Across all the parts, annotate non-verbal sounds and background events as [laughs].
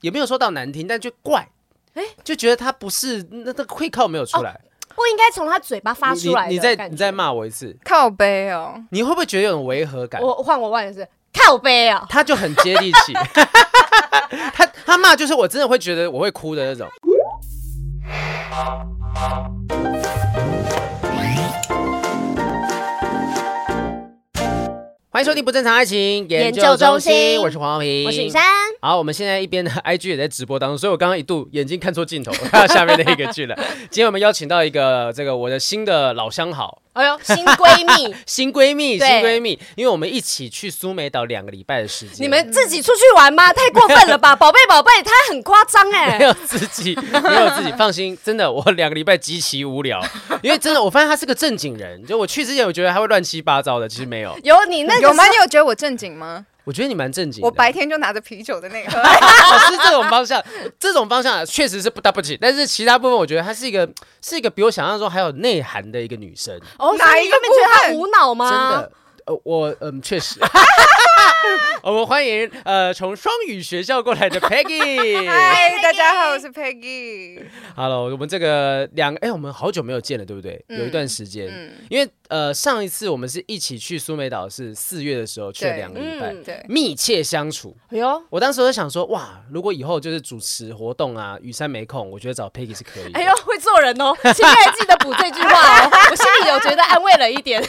也没有说到难听，但就怪，哎就觉得他不是那那会靠没有出来，不应该哦从他嘴巴发你出来的你你再感你觉再骂我一次，靠背哦，你会不会觉得有种违和感？我换我问的是靠背啊，他就很接地气， [laughs] 他他骂就是我真的会觉得我会哭的那种。欢迎收听不正常爱情研究中心，研究中心我是黄浩平，我是雨。珊，好，我们现在一边的 [laughs] IG 也在直播当中，所以我刚刚一度眼睛看错镜头， [laughs] 看到下面那个去 [laughs] 了。今天我们邀请到一个这个我的新的老相好，哎呦，新闺 [laughs] 蜜，新闺蜜，新对闺蜜，因为我们一起去苏梅岛两个礼拜的时间，你们自己出去玩 [laughs] 吗？太过分了吧，宝贝宝贝，他很夸张 [laughs] 没 [laughs] 哎，有自己，没有自己，放心，真的，我两个礼拜极其无 [laughs] 聊，因为真的，我发现他是个正经人，就我去之前，我觉得他会乱七八糟的，其实没有，有你那个有吗？时候你有觉得我正经吗？我觉得你蛮正经的。我白天就拿着啤酒 [laughs] 的那个， [laughs] 老师这种方向，这种方向确实是不搭不起，但是其他部分，我觉得她是一个是一个比我想象中还有内涵的一个女生，哦，哪所以一你个根本觉得部他分无脑吗？真的，呃，我嗯，确实。 [laughs] 我们欢迎呃从双语学校过来的 [laughs] Peggy。嗨，大家好，我是 Peggy。 Hello，我们这个两个哎、我们好久没有见了，对不对？嗯有一段时间，嗯因为呃上一次我们是一起去苏梅岛，是四月的时候去了对两个礼拜，嗯对，密切相处。哎呦，我当时就想说，哇，如果以后就是主持活动啊，雨山没空，我觉得找 Peggy 是可以的。哎呦，会做人 [laughs] 哦，请大家记得补这句话哦，我心里有觉得安慰了一点。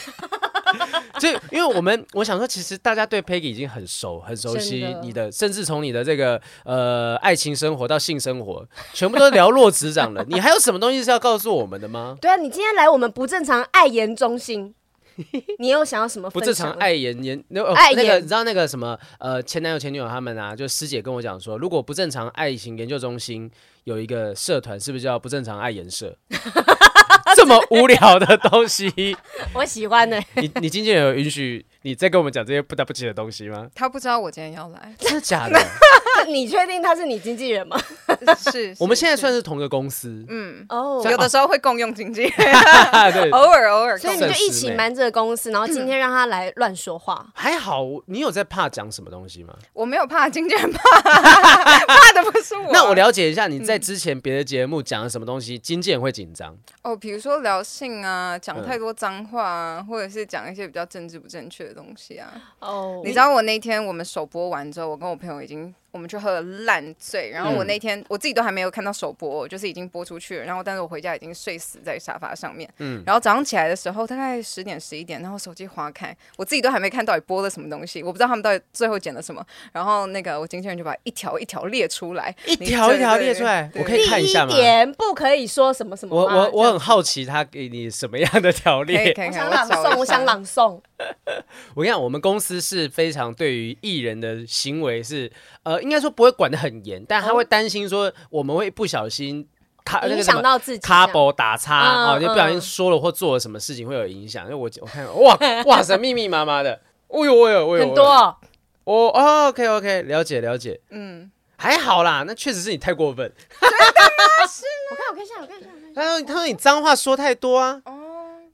就因为我们我想说，其实大家对 Peggy 已经很熟，很熟悉真的你的，甚至从你的这个呃爱情生活到性生活，全部都寥落指掌了。你还有什么东西是要告诉我们的 [laughs] 吗？ [laughs] 对啊，你今天来我们不正常爱研中 [laughs] 心，你有想要什么不分正享常吗？爱言言那、哦爱那个言你知道那个什么呃前男友前女友他们啊，就师姐跟我讲说，如果不正常爱情研究中心有一个社团，是不是叫不正常爱研社？ [laughs] 这么无聊的东西，我喜欢欸的、你你经纪人有允许你再跟我们讲这些不得不起的东西吗？他不知道我今天要 [laughs] 来，真的假的？ [laughs] 你确定他是你经纪人吗？是我们现在算是是同一个公司，嗯，哦哦、有的时候会共用经济， [laughs] 对，偶尔偶尔所共以你用。就一起瞒着公司，然后今天让他来乱说话。还好。你有在怕讲什么东西吗？我没有怕经纪人 [laughs] 怕，怕的不是我。啊那我了解一下，你在之前别的节目讲了什么东西，经纪人会紧张。哦，比如说聊性啊，讲嗯太多脏话啊，或者是讲一些比较政治不正确的东西啊。哦你知道我那天我们首播完之后，我跟我朋友已经我们去喝了烂醉，然嗯后我那天、我自己都还没有看到首播，就是已经播出去了，然后但是我回家已经睡死在沙发上面，嗯，然后早上起来的时候大概十点十一点，然后手机划开，我自己都还没看到底播了什么东西，我不知道他们到底最后剪了什么，然后那个我经纪人就把一条一条列出来，一你条一对条对列对出来对我可以第看一一下吗点不可以说什么什么我话。我我这样很好奇他给你什么样的条可以例。可我以，可以想朗找一诵，我下想朗诵。我跟你讲，我们公司是非常对于艺人的行为是，呃，应该说不会管得很严，但他会担心说我们会不小心卡啊那影个什响么到自己啊这卡样。包打叉嗯啊，哦就不小心嗯说了或做了什么事情会有影响。因为我我看哇哇塞，密密麻麻的，哦呦哦呦哦呦，很多哦、哦哦，OK OK，了解了解，嗯，还好啦，那确实是你太过分。啊我看我看一下，我看一下，我看一下他说他说你脏话说太多啊，哦，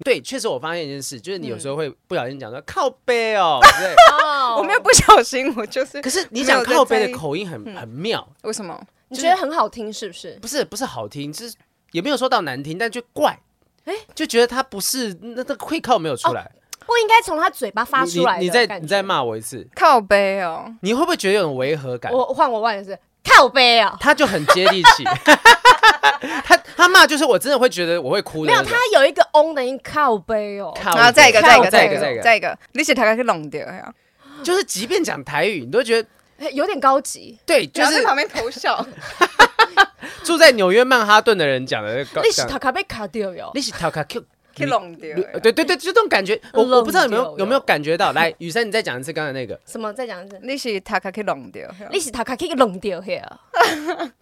对，确实我发现一件事，就是你有时候会不小心讲说靠背 [laughs] 哦，对。哦 [laughs] 我没有，不小心，我就是可是你没有讲在靠背在意嗯的口音很很妙，为什么？你觉得很好听是不是？不是不是好听，就是也没有说到难听，但就怪，就觉得他不是那那会靠没有出哦来。不应该从他嘴巴发你出来的你再感觉你再骂我一次，靠背哦，你会不会觉得有种违和感？我换我问的是靠背啊、他就很接地气， [laughs] 他他骂就是我真的会觉得我会哭的没有，那种他。有一个嗡的音靠背哦。靠然后再一个，再一个，再再一一个，个，再一个，再一个，你是大概去弄掉呀？就是即便讲台语，你都觉得哎有点高级。对，就是边偷笑。住在纽约曼哈顿的人讲的高历史讲塔卡被卡掉哦哟，历史塔卡 Q 去弄掉的对对对，就这种感觉，我我不知道有没弄有掉有没有感觉到。来， [laughs] 雨珊，你再讲一次刚才那个，什么？再讲一次。你是大概去弄掉的。历史塔卡可以弄掉 here，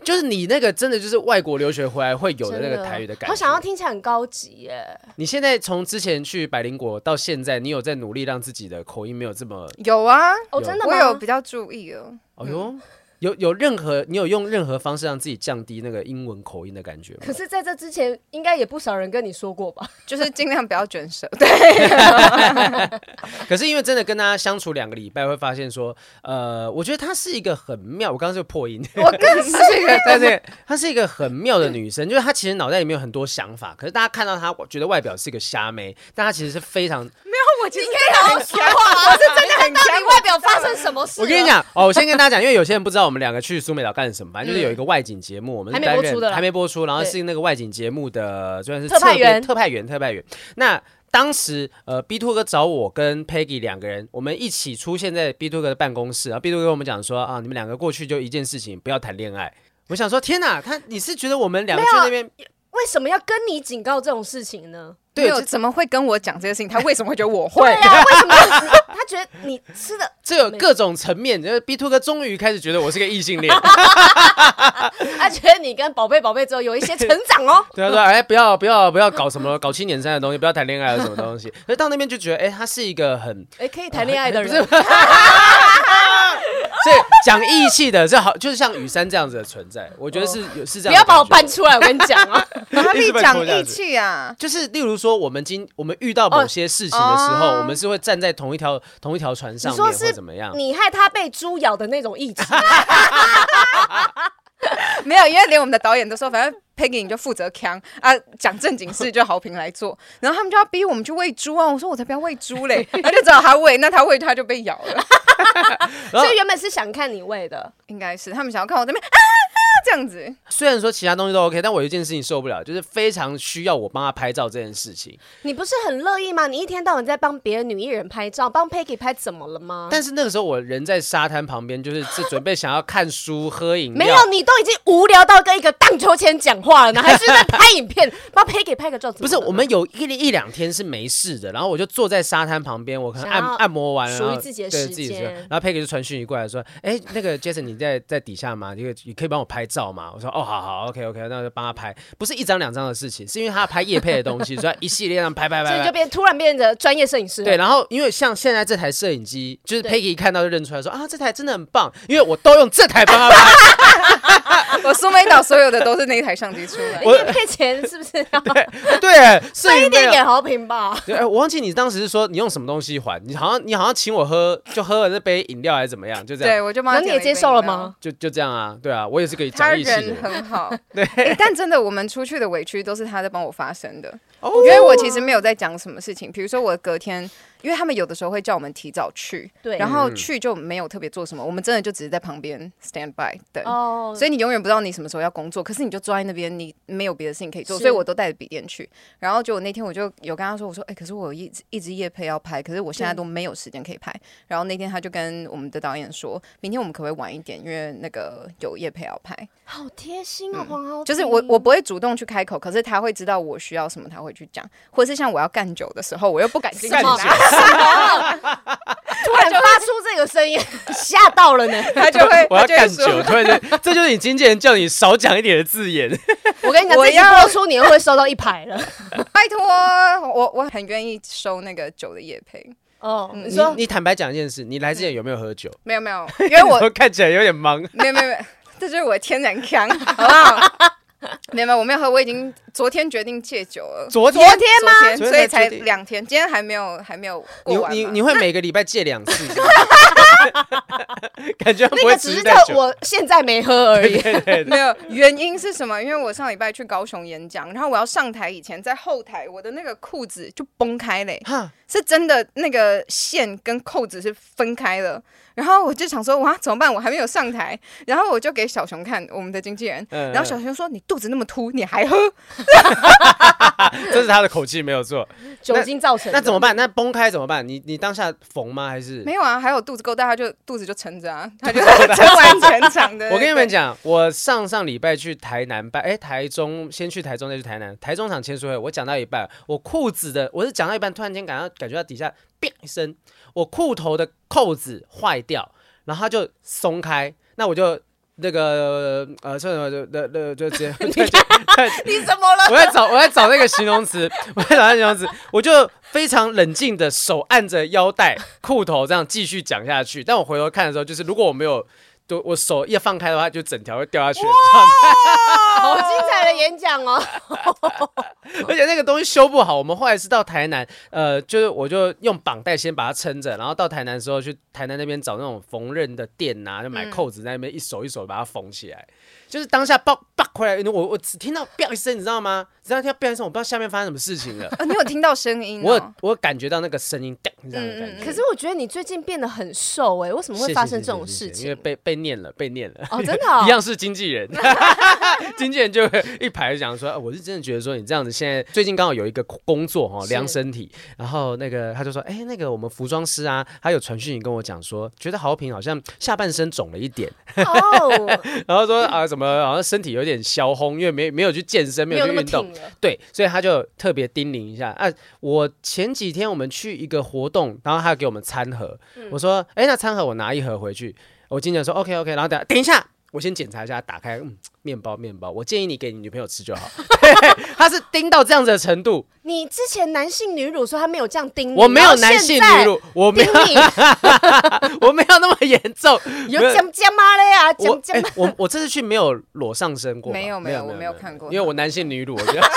就是你那个真的就是外国留学回来会有的那真个台语的感觉。我想要听起来很高级耶。你现在从之前去百灵果到现在，你有在努力让自己的口音没有这么……有啊，有哦，真的我吗？嗯有比较注意哦。哦呦，有有任何你有用任何方式让自己降低那个英文口音的感觉吗？可是在这之前，应该也不少人跟你说过 [laughs] 吧？就是尽量不要 [laughs] 卷舌。对，可是因为真的跟他相处两个礼拜，会发现说，呃，我觉得她是一个很妙，我刚刚就破音，我更 [laughs] 是一个但是她是一个很妙的女生，就是她其实脑袋里面有很多想法，可是大家看到她，我觉得外表是一个瞎妹，但她其实是非常……我其实好好说话，我是真的很到底外表发生什么事？我跟你，讲哦，我先跟大家讲，因为有些人不知道我们两个去苏美岛干什么，反正就是有一个外景节目，我们是嗯还没担播任出的啦还没播出，然后是那个外景节目的虽然是特派别员特派员，特派员。那当时呃，B Two 哥找我跟 Peggy 两个人，我们一起出现在 B Two 哥的办公室，然后 B Two 哥跟我们讲说啊，你们两个过去就一件事情，不要谈恋爱。我想说，天哪，他你是觉得我们两个去啊那边为什么要跟你警告这种事情呢？没对有这怎么会跟我讲这些事情？他为什么会觉得我会？啊，为什么 [laughs] 他觉得你吃的？这有各种层面，就是 B Two 哥终于开始觉得我是个异性恋。他觉得你跟宝贝宝贝之后有一些成长哦。对啊，对啊，哎，不要不要不要搞什么搞七年三的东西，不要谈恋爱了什么东西。可是到那边就觉得，哎、他是一个很 [laughs] 哎，可以谈恋爱的人，不是 [laughs] 这讲义气的，这好就是像雨山这样子的存在，我觉得是有是这哦样的感觉。不要把我搬出来，我跟你讲 [laughs] 啊。哪一直里被讲拖下义去气啊？就是例如说，我们今我们遇到哦某些事情的时候，哦我们是会站在同一条同一条船上面，你说或是者怎么样？你害他被猪咬的那种义气， [laughs] 没有，因为连我们的导演都说，反正 Peggy 你就负责扛啊，讲正经事就好评 [laughs] 来做。然后他们就要逼我们去喂猪啊，我说我才不要喂猪嘞，他就只好他喂，那他喂他就被咬 [laughs] 了，所以原本是想看你喂的。应该是他们想要看我这边啊啊这样子，虽然说其他东西都 OK，但我有一件事情受不了，就是非常需要我帮他拍照这件事情。你不是很乐意吗？你一天到晚在帮别的女艺人拍照，帮 Peggy 拍怎么了吗？但是那个时候我人在沙滩旁边，就是是准备想要看书、喝饮料，没有，你都已经无聊到跟一个荡秋千讲话了呢，还是在拍影片，帮 Peggy 拍个照？怎不么是，了呢我们有一一两天是没事的，然后我就坐在沙滩旁边，我可能按想要按摩完了，属于然后自己的对时自己的间然后 Peggy 就传讯息过来说：“哎，那个 Jason 你在在底下吗？你可以你可以帮我拍照吗？”我说：“哦，好好，OK OK，那我就帮他拍，不是一张两张的事情，是因为他要拍叶配的东西，所以他一系列上拍拍所拍以就拍。”变突然变得专业摄影师。呃对，，然后因为像现在这台摄影机，就是对 Peggy 一看到就认出来说啊，这台真的很棒，因为我都用这台帮他拍。我苏梅岛所有的都是那一台相机出来。我哎叶片前是不是要 [laughs] 对，摄 [laughs] 一影啊点费点好评吧？ [laughs] 对，哎，我忘记你当时是说你用什么东西还，你好像你好像请我喝，就喝了那杯饮料还是怎么样，就这样对，。我就帮那他你点也一接杯受了饮料吗？？就就这样啊，对啊，我也是个他讲义气的人人。[laughs] 很好，对、但真的，我们出去的委屈都是他在帮我发生的，哦因为我其实没有在讲什么事情。比如说我隔天，因为他们有的时候会叫我们提早去，对然后嗯去就没有特别做什么，我们真的就只是在旁边 stand by 等。哦，所以你永远不知道你什么时候要工作，可是你就坐在那边，你没有别的事情可以做，是所以我都带着笔电去。然后就我那天我就有跟他说，我说，哎、可是我有一直一直夜配要拍，可是我现在对都没有时间可以拍。然后那天他就跟我们的导演说，明天我们可不可以晚一点，因为那个有夜配要拍。好贴心嗯哦，黄豪。就是我 [laughs] 我不会主动去开口，可是他会知道我需要什么，他会去讲，或者是像我要干酒的时候，我又不敢进去干酒拿，突然发出这个 [laughs] 声音，吓到了呢。他就会 [laughs] 我要他就会干说酒，突然间，这就是你经纪人叫你少讲一点的字 [laughs] 眼。我跟你讲，我这期要播出你又会收到一排 [laughs] 了。拜托，我我很愿意收那个酒的夜配，哦，嗯你你说你坦白讲一件事，你来之前有没有喝酒？没有没有，因 [laughs] 为我我看起来有点忙。没有没有，没有，这就是我的天然强，好不好？ [laughs] 没有没有，我没有喝，我已经昨天决定戒酒了。昨天昨天昨吗？天所才以才决定两天，今天还没有还没有过完嘛。你你你会每个礼拜戒两次 [laughs] 是吗？感觉那不会个持只续是太在久。我现在没喝而 [laughs] 已。 [laughs] 没有原因是什么？因为我上礼拜去高雄演讲，然后我要上台以前，在后台我的那个裤子就崩开嘞、哈，是真的那个线跟扣子是分开了。然后我就想说，哇，怎么办？我还没有上台。然后我就给小熊看，我们的经纪人。嗯然后小熊说：“你肚子那么凸，你还喝？” [laughs] 这是他的口气没有错。酒精造成的那怎么办？那崩开怎么办？你你当下缝吗？还是没有啊，还有肚子够大，他就肚子就撑着啊， [laughs] 他就撑完全场的。我跟你们讲，我上上礼拜去台南办，哎、台中先去台中，再去台南，台中场签书会，我讲到一半，我裤子的，我是讲到一半，突然间感到感觉到底下“砰”一声，我裤头的扣子坏掉，然后它就松开，那我就。那个呃，算什么就那那就直接， [laughs] 你怎么了？我在找我在找那个形容词，我在找那个形容词，我就非常冷静的手按着腰带、裤头这样继续讲下去。但我回头看的时候，就是如果我没有就我手一放开的话，就整条会掉下去的状好精彩的演讲哦！态。 [laughs] 而且那个东西修不好，我们后来是到台南，呃，就是我就用绑带先把它撑着，然后到台南的时候去台南那边找那种缝纫的店呐、就买扣子在那边一手一手把它缝起来。就是当下爆爆回来，我我只听到“砰”一声，你知道吗？只听到“砰”一声，我不知道下面发生什么事情了。啊，你有听到声音、哦？嗯我有我有感觉到那个声音，噔这样的感觉。可是我觉得你最近变得很瘦哎、为什么嗯谢会谢发生谢这种谢事谢情？因为被被念了，被念了。哦，真的、[laughs] 哦一，样是经纪人，经纪人就会一排讲说、啊我是真的觉得说你这样子，现在最近刚好有一个工作哈，是量身体，然后那个他就说，哎、那个我们服装师啊，他有传讯息跟我讲说，觉得豪平好像下半身肿了一点，哦，然后说啊什么好像身体有点消红，因为 [laughs] 没没有去健身，没有有去那么运动挺，了。对，所以他就特别叮咛一下啊。我前几天我们去一个活动，然后他给我们餐盒，嗯我说，哎、那餐盒我拿一盒回去。我经纪人说，OK OK，然后等下等一下，我先检查一下，打开，嗯，面包面包，我建议你给你女朋友吃就好。 [laughs] 对，他是盯到这样子的程度，你之前男性女乳说他没有这样盯你，我没有然后男性现女在乳，我没盯有 [laughs] 你，我没有那么严重，有没有讲讲嘛嘞啊，我讲哎、讲嘛。我我这次去没有裸上身过吧，没有没有我没有看过因为我男性女乳，我觉得 [laughs]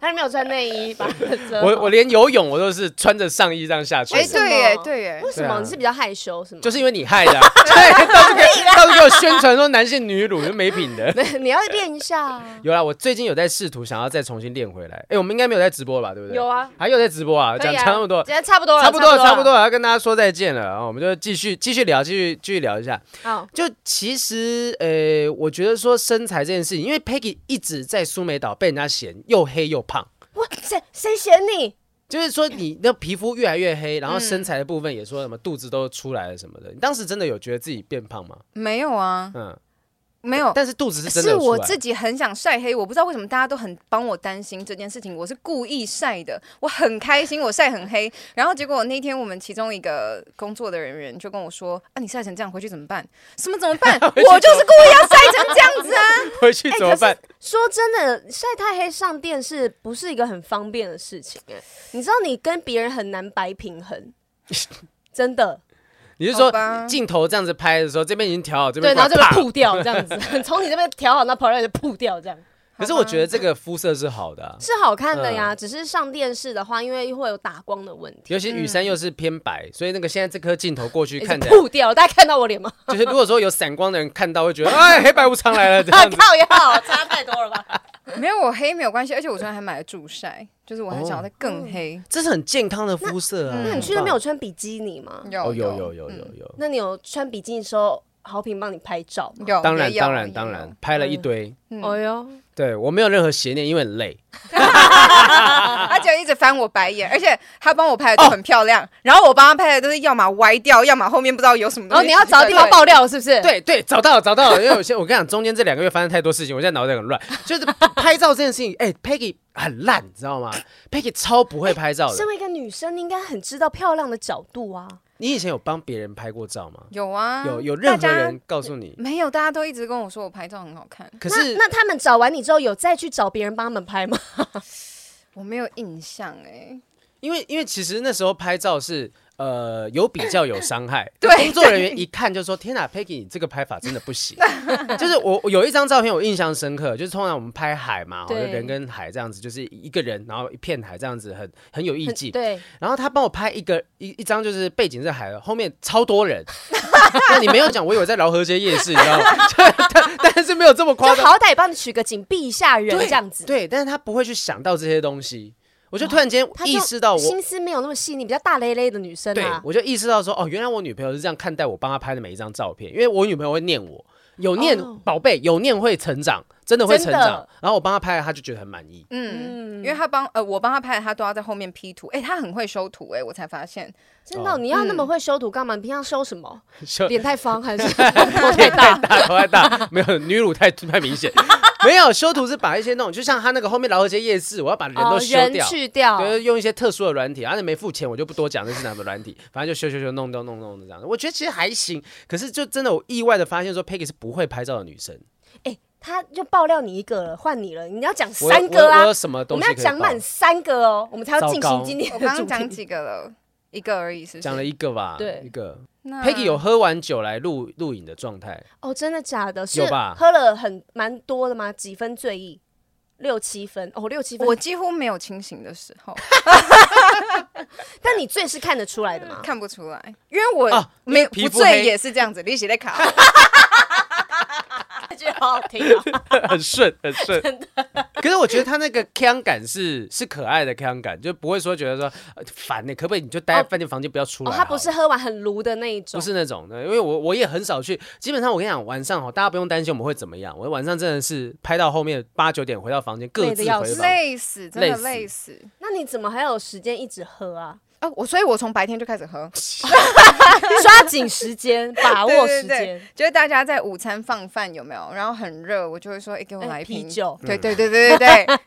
他没有穿内衣吧？哎我我连游泳我都是穿着上衣这样下去的。哎、为什么对耶，对耶为，什对啊么你是比较害羞是吗？就是因为你害的、啊， [laughs] 对，到处给到处给我宣传说男性女乳是没品的。没 [laughs] 你要练一 [laughs] 下啊。有啦，我最近有在试图想要再重新练回来。哎、我们应该没有在直播吧？对不对？有啊，还有在直播啊，可讲以啊差不多，今天差不多了，差不多了，差不多了。了，要跟大家说再见了啊、我们就继续继续聊，继续继续聊一下。好，就其实，呃，我觉得说身材这件事情，因为 Peggy 一直在苏梅岛被人家嫌又黑又胖。哇，谁谁嫌你？就是说，你的皮肤越来越黑，然后身材的部分也说什么肚子都出来了什么的。你当时真的有觉得自己变胖吗？没有啊，嗯，没有。但是肚子是真的是有出我来自己很想晒黑，我不知道为什么大家都很帮我担心这件事情，我是故意晒的，我很开心，我晒很黑。然后结果那天我们其中一个工作的人员就跟我说：“啊，你晒成这样回去怎么办？什么怎么 [laughs] 办？我就是故意要晒成这样子啊！回去怎么办？说真的，晒太黑上电视不是一个很方便的事情哎、你知道你跟别人很难白平 [laughs] 衡，真的。你是说好吧镜头这样子拍的时候，这边已经调好，这边对，然后就被啪扑 [laughs] 掉这样子，从你这边调好，那跑来就扑掉这样。可是我觉得这个肤色是好的啊、是好看的呀，只是上电视的话，因为会有打光的问题，尤其雨山又是偏白，所以那个现在这颗镜头过去一看直起来，扑掉。大家看到我脸吗？就是如果说有闪光的人看到，会觉得哎，黑白无常来了这啊，样子。 [laughs] 靠也好，差太多了吧？没有我黑没有关系，而且我昨天还买了助晒，就是我还想要再哦更黑。 [laughs] 这是很健康的肤色啊。那那 [laughs] 你很去那棒边有？穿比基尼吗？有哦，有有有有嗯有，那你有穿比基尼的时候，好评帮你拍照吗？有，当然也有当然当然，，哦拍了一堆。也有哎嗯呦，对我没有任何邪念，因为很累。他就一直翻我白眼，而且他帮我拍哦的都很漂亮，然后我帮他拍的都是要么歪掉，要么后面不知道有什么然东后哦哦西。你要找地方爆料是不 [laughs] 是？，对对，找到了找到了，因为我现在我跟你讲，中间这两个月发生太多事情，我现在脑袋很乱。就是 [laughs] 拍照这件事情，哎，Peggy 很烂，你知道 [laughs] 吗？Peggy 超不会拍照的身。为一个女生，你应该很知道漂亮的角度啊。你以前有帮别人拍过照吗？有啊，有有任何大家人告诉你？没有？大家都一直跟我说我拍照很好看，可那是那他们找完你之后，有再去找别人帮他们 [laughs] 拍吗？我没有印象哎、因为因为其实那时候拍照是呃有比较有伤害， [laughs] 对工作人员一看就说：“天哪，Peggy，你这个拍法真的不 [laughs] 行。”就是我我有一张照片我印象深刻，就是通常我们拍海嘛，哦就对人跟海这样子，就是一个人然后一片海这样子很很有意境。 [laughs] 对，然后他帮我拍一个一一张，就是背景是海了，后面超多人。 [laughs] 那你没有讲，我以为在饶河街夜市，你知道吗？ [laughs] 但但是没有这么夸就张。好歹帮你取个景，避一下人这样子。对，但是他不会去想到这些东西。我就突然间哦他就意识到我，心思没有那么细腻，比较大咧咧的女生对啊，。我就意识到说，哦，原来我女朋友是这样看待我帮她拍的每一张照片，因为我女朋友会念我，有念哦宝贝，有念会成长，真的会成真的长。然后我帮她拍了，她就觉得很满意。 [laughs] 嗯，因为他帮呃我帮他拍的，他都要在后面 P 图，哎、他很会修图哎、我才发 [laughs] 现，真的哦，哦嗯你要那么会修图干嘛？你平常修什么？就脸太 [laughs] 方还是头太大？大头太大，没有女乳太太明 [laughs] 显，没有修图是把一些那种，就像她那个后面劳合街夜市，我要把人都哦，修人掉。去哦掉，就是用一些特殊的软体，而且没付钱，我就不多讲那是哪个软体，反正就修修修弄弄弄弄的这样。我觉得其实还行，可是就真的我意外的发现说，Peggy 是不会拍照的女生。哎，他就爆料你一个了，换你了，你要讲我三个我我啊有，什么我东西们可要以讲报满三个哦，我们才要进糟行糕今天我的刚主刚讲题。几个了，一个而已，是不是？讲了一个吧，对嗯一个。那 Peggy 有喝完酒来录录影的状态，哦，真的假的？是有吧喝了很蛮多的吗？几分醉意？六七分哦，六七分。我 [laughs] 几乎没有清醒的时候，但你醉是看得出来的 [laughs] 吗？看不出来，因为我啊没有皮肤不醉黑也是这样子，利息 [laughs] 在卡。这句好好听哦 [laughs] 啊！很顺，很顺。 [laughs] 可是我觉得他那个腔感是是可爱的腔感，就不会说觉得说呃烦呢、可不可以你就待在饭店房间不要出来哦，好了、他不是喝完很卢的那一种，不是那种的，因为我我也很少去。基本上我跟你讲，晚上哈，哦大家不用担心我们会怎么样。我晚上真的是拍到后面八九点回到房间，各累自得回要房死间。累死，真的累累死。那你怎么还有时间一直喝啊？ [laughs] 哦，我所以，我从白天就开始喝，抓紧时间，把握时对间。就是大家在午餐放饭有没有？然后很热，我就会说，哎、给我哎来一瓶啤酒嗯对对对对对 [laughs] 对，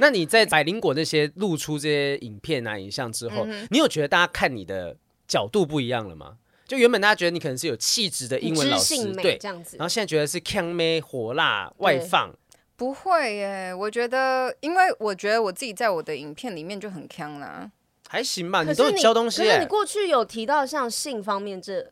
那你在百灵果那些露出这些影片啊、影像之后，你有觉得大家看你的角度不一样了吗？就原本大家觉得你可能是有气质的英文知老师，性对啊美，这样子然后，现在觉得是腔妹火辣外放，不会耶。我觉得，因为我觉得我自己在我的影片里面就很强啦。还行吧？你可是都有教东西、可是欸你，过去有提到像性方面这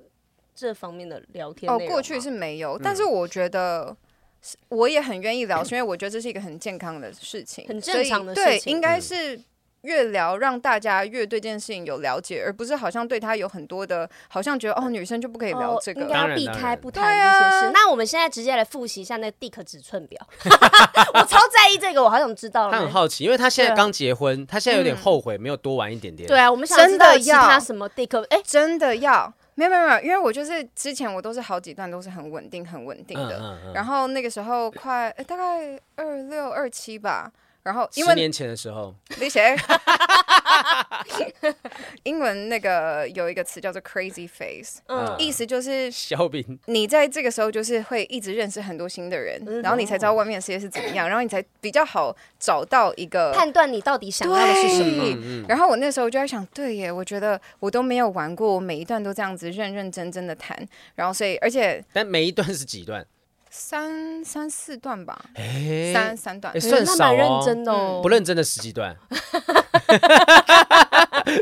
这方面的聊天哦内，容吗过去是没嗯有，但是我觉得。是我也很愿意聊，是因为我觉得这是一个很健康的事情，很所以正常的事对，情应嗯该是越聊让大家越对这件事情有了解，而不是好像对他有很多的，好像觉得哦，女生就不可以聊哦这个。啊应该当要然避当开然不谈这些事。那我们现在直接来复习一下那个 Dick 尺寸表， [laughs] 我超在意这个，我好想知道他很了。好奇，因为他现在对啊嗯刚结婚，他现在有点后悔没有多玩一点点。对啊，我们想真知道的其他要什么 Dick，哎，真的要没有没有没有，因为我就是之前我都是好几段都是很稳定很稳定嗯，的，嗯嗯然后那个时候快、呃大概二六二七吧，然后因十为年前的时候，[laughs] 那些 [laughs] 英文那个有一个词叫做 crazy face，嗯嗯，意思就 [laughs] 是小饼你在这个时候就是会一直认识很多新的嗯人，然后你才知道外面的世界是怎么样，然后你才比较好找到一个判断你到底想要的是什么。嗯对然后我那时候就在想，对耶，我觉得我都没有玩过，我每一段都这样子认认真真的弹，然后所以而且但每一段是几段？三三四段吧，哎三三段哎，嗯算那少蛮认哦，真的嗯哦不。认真的十几段。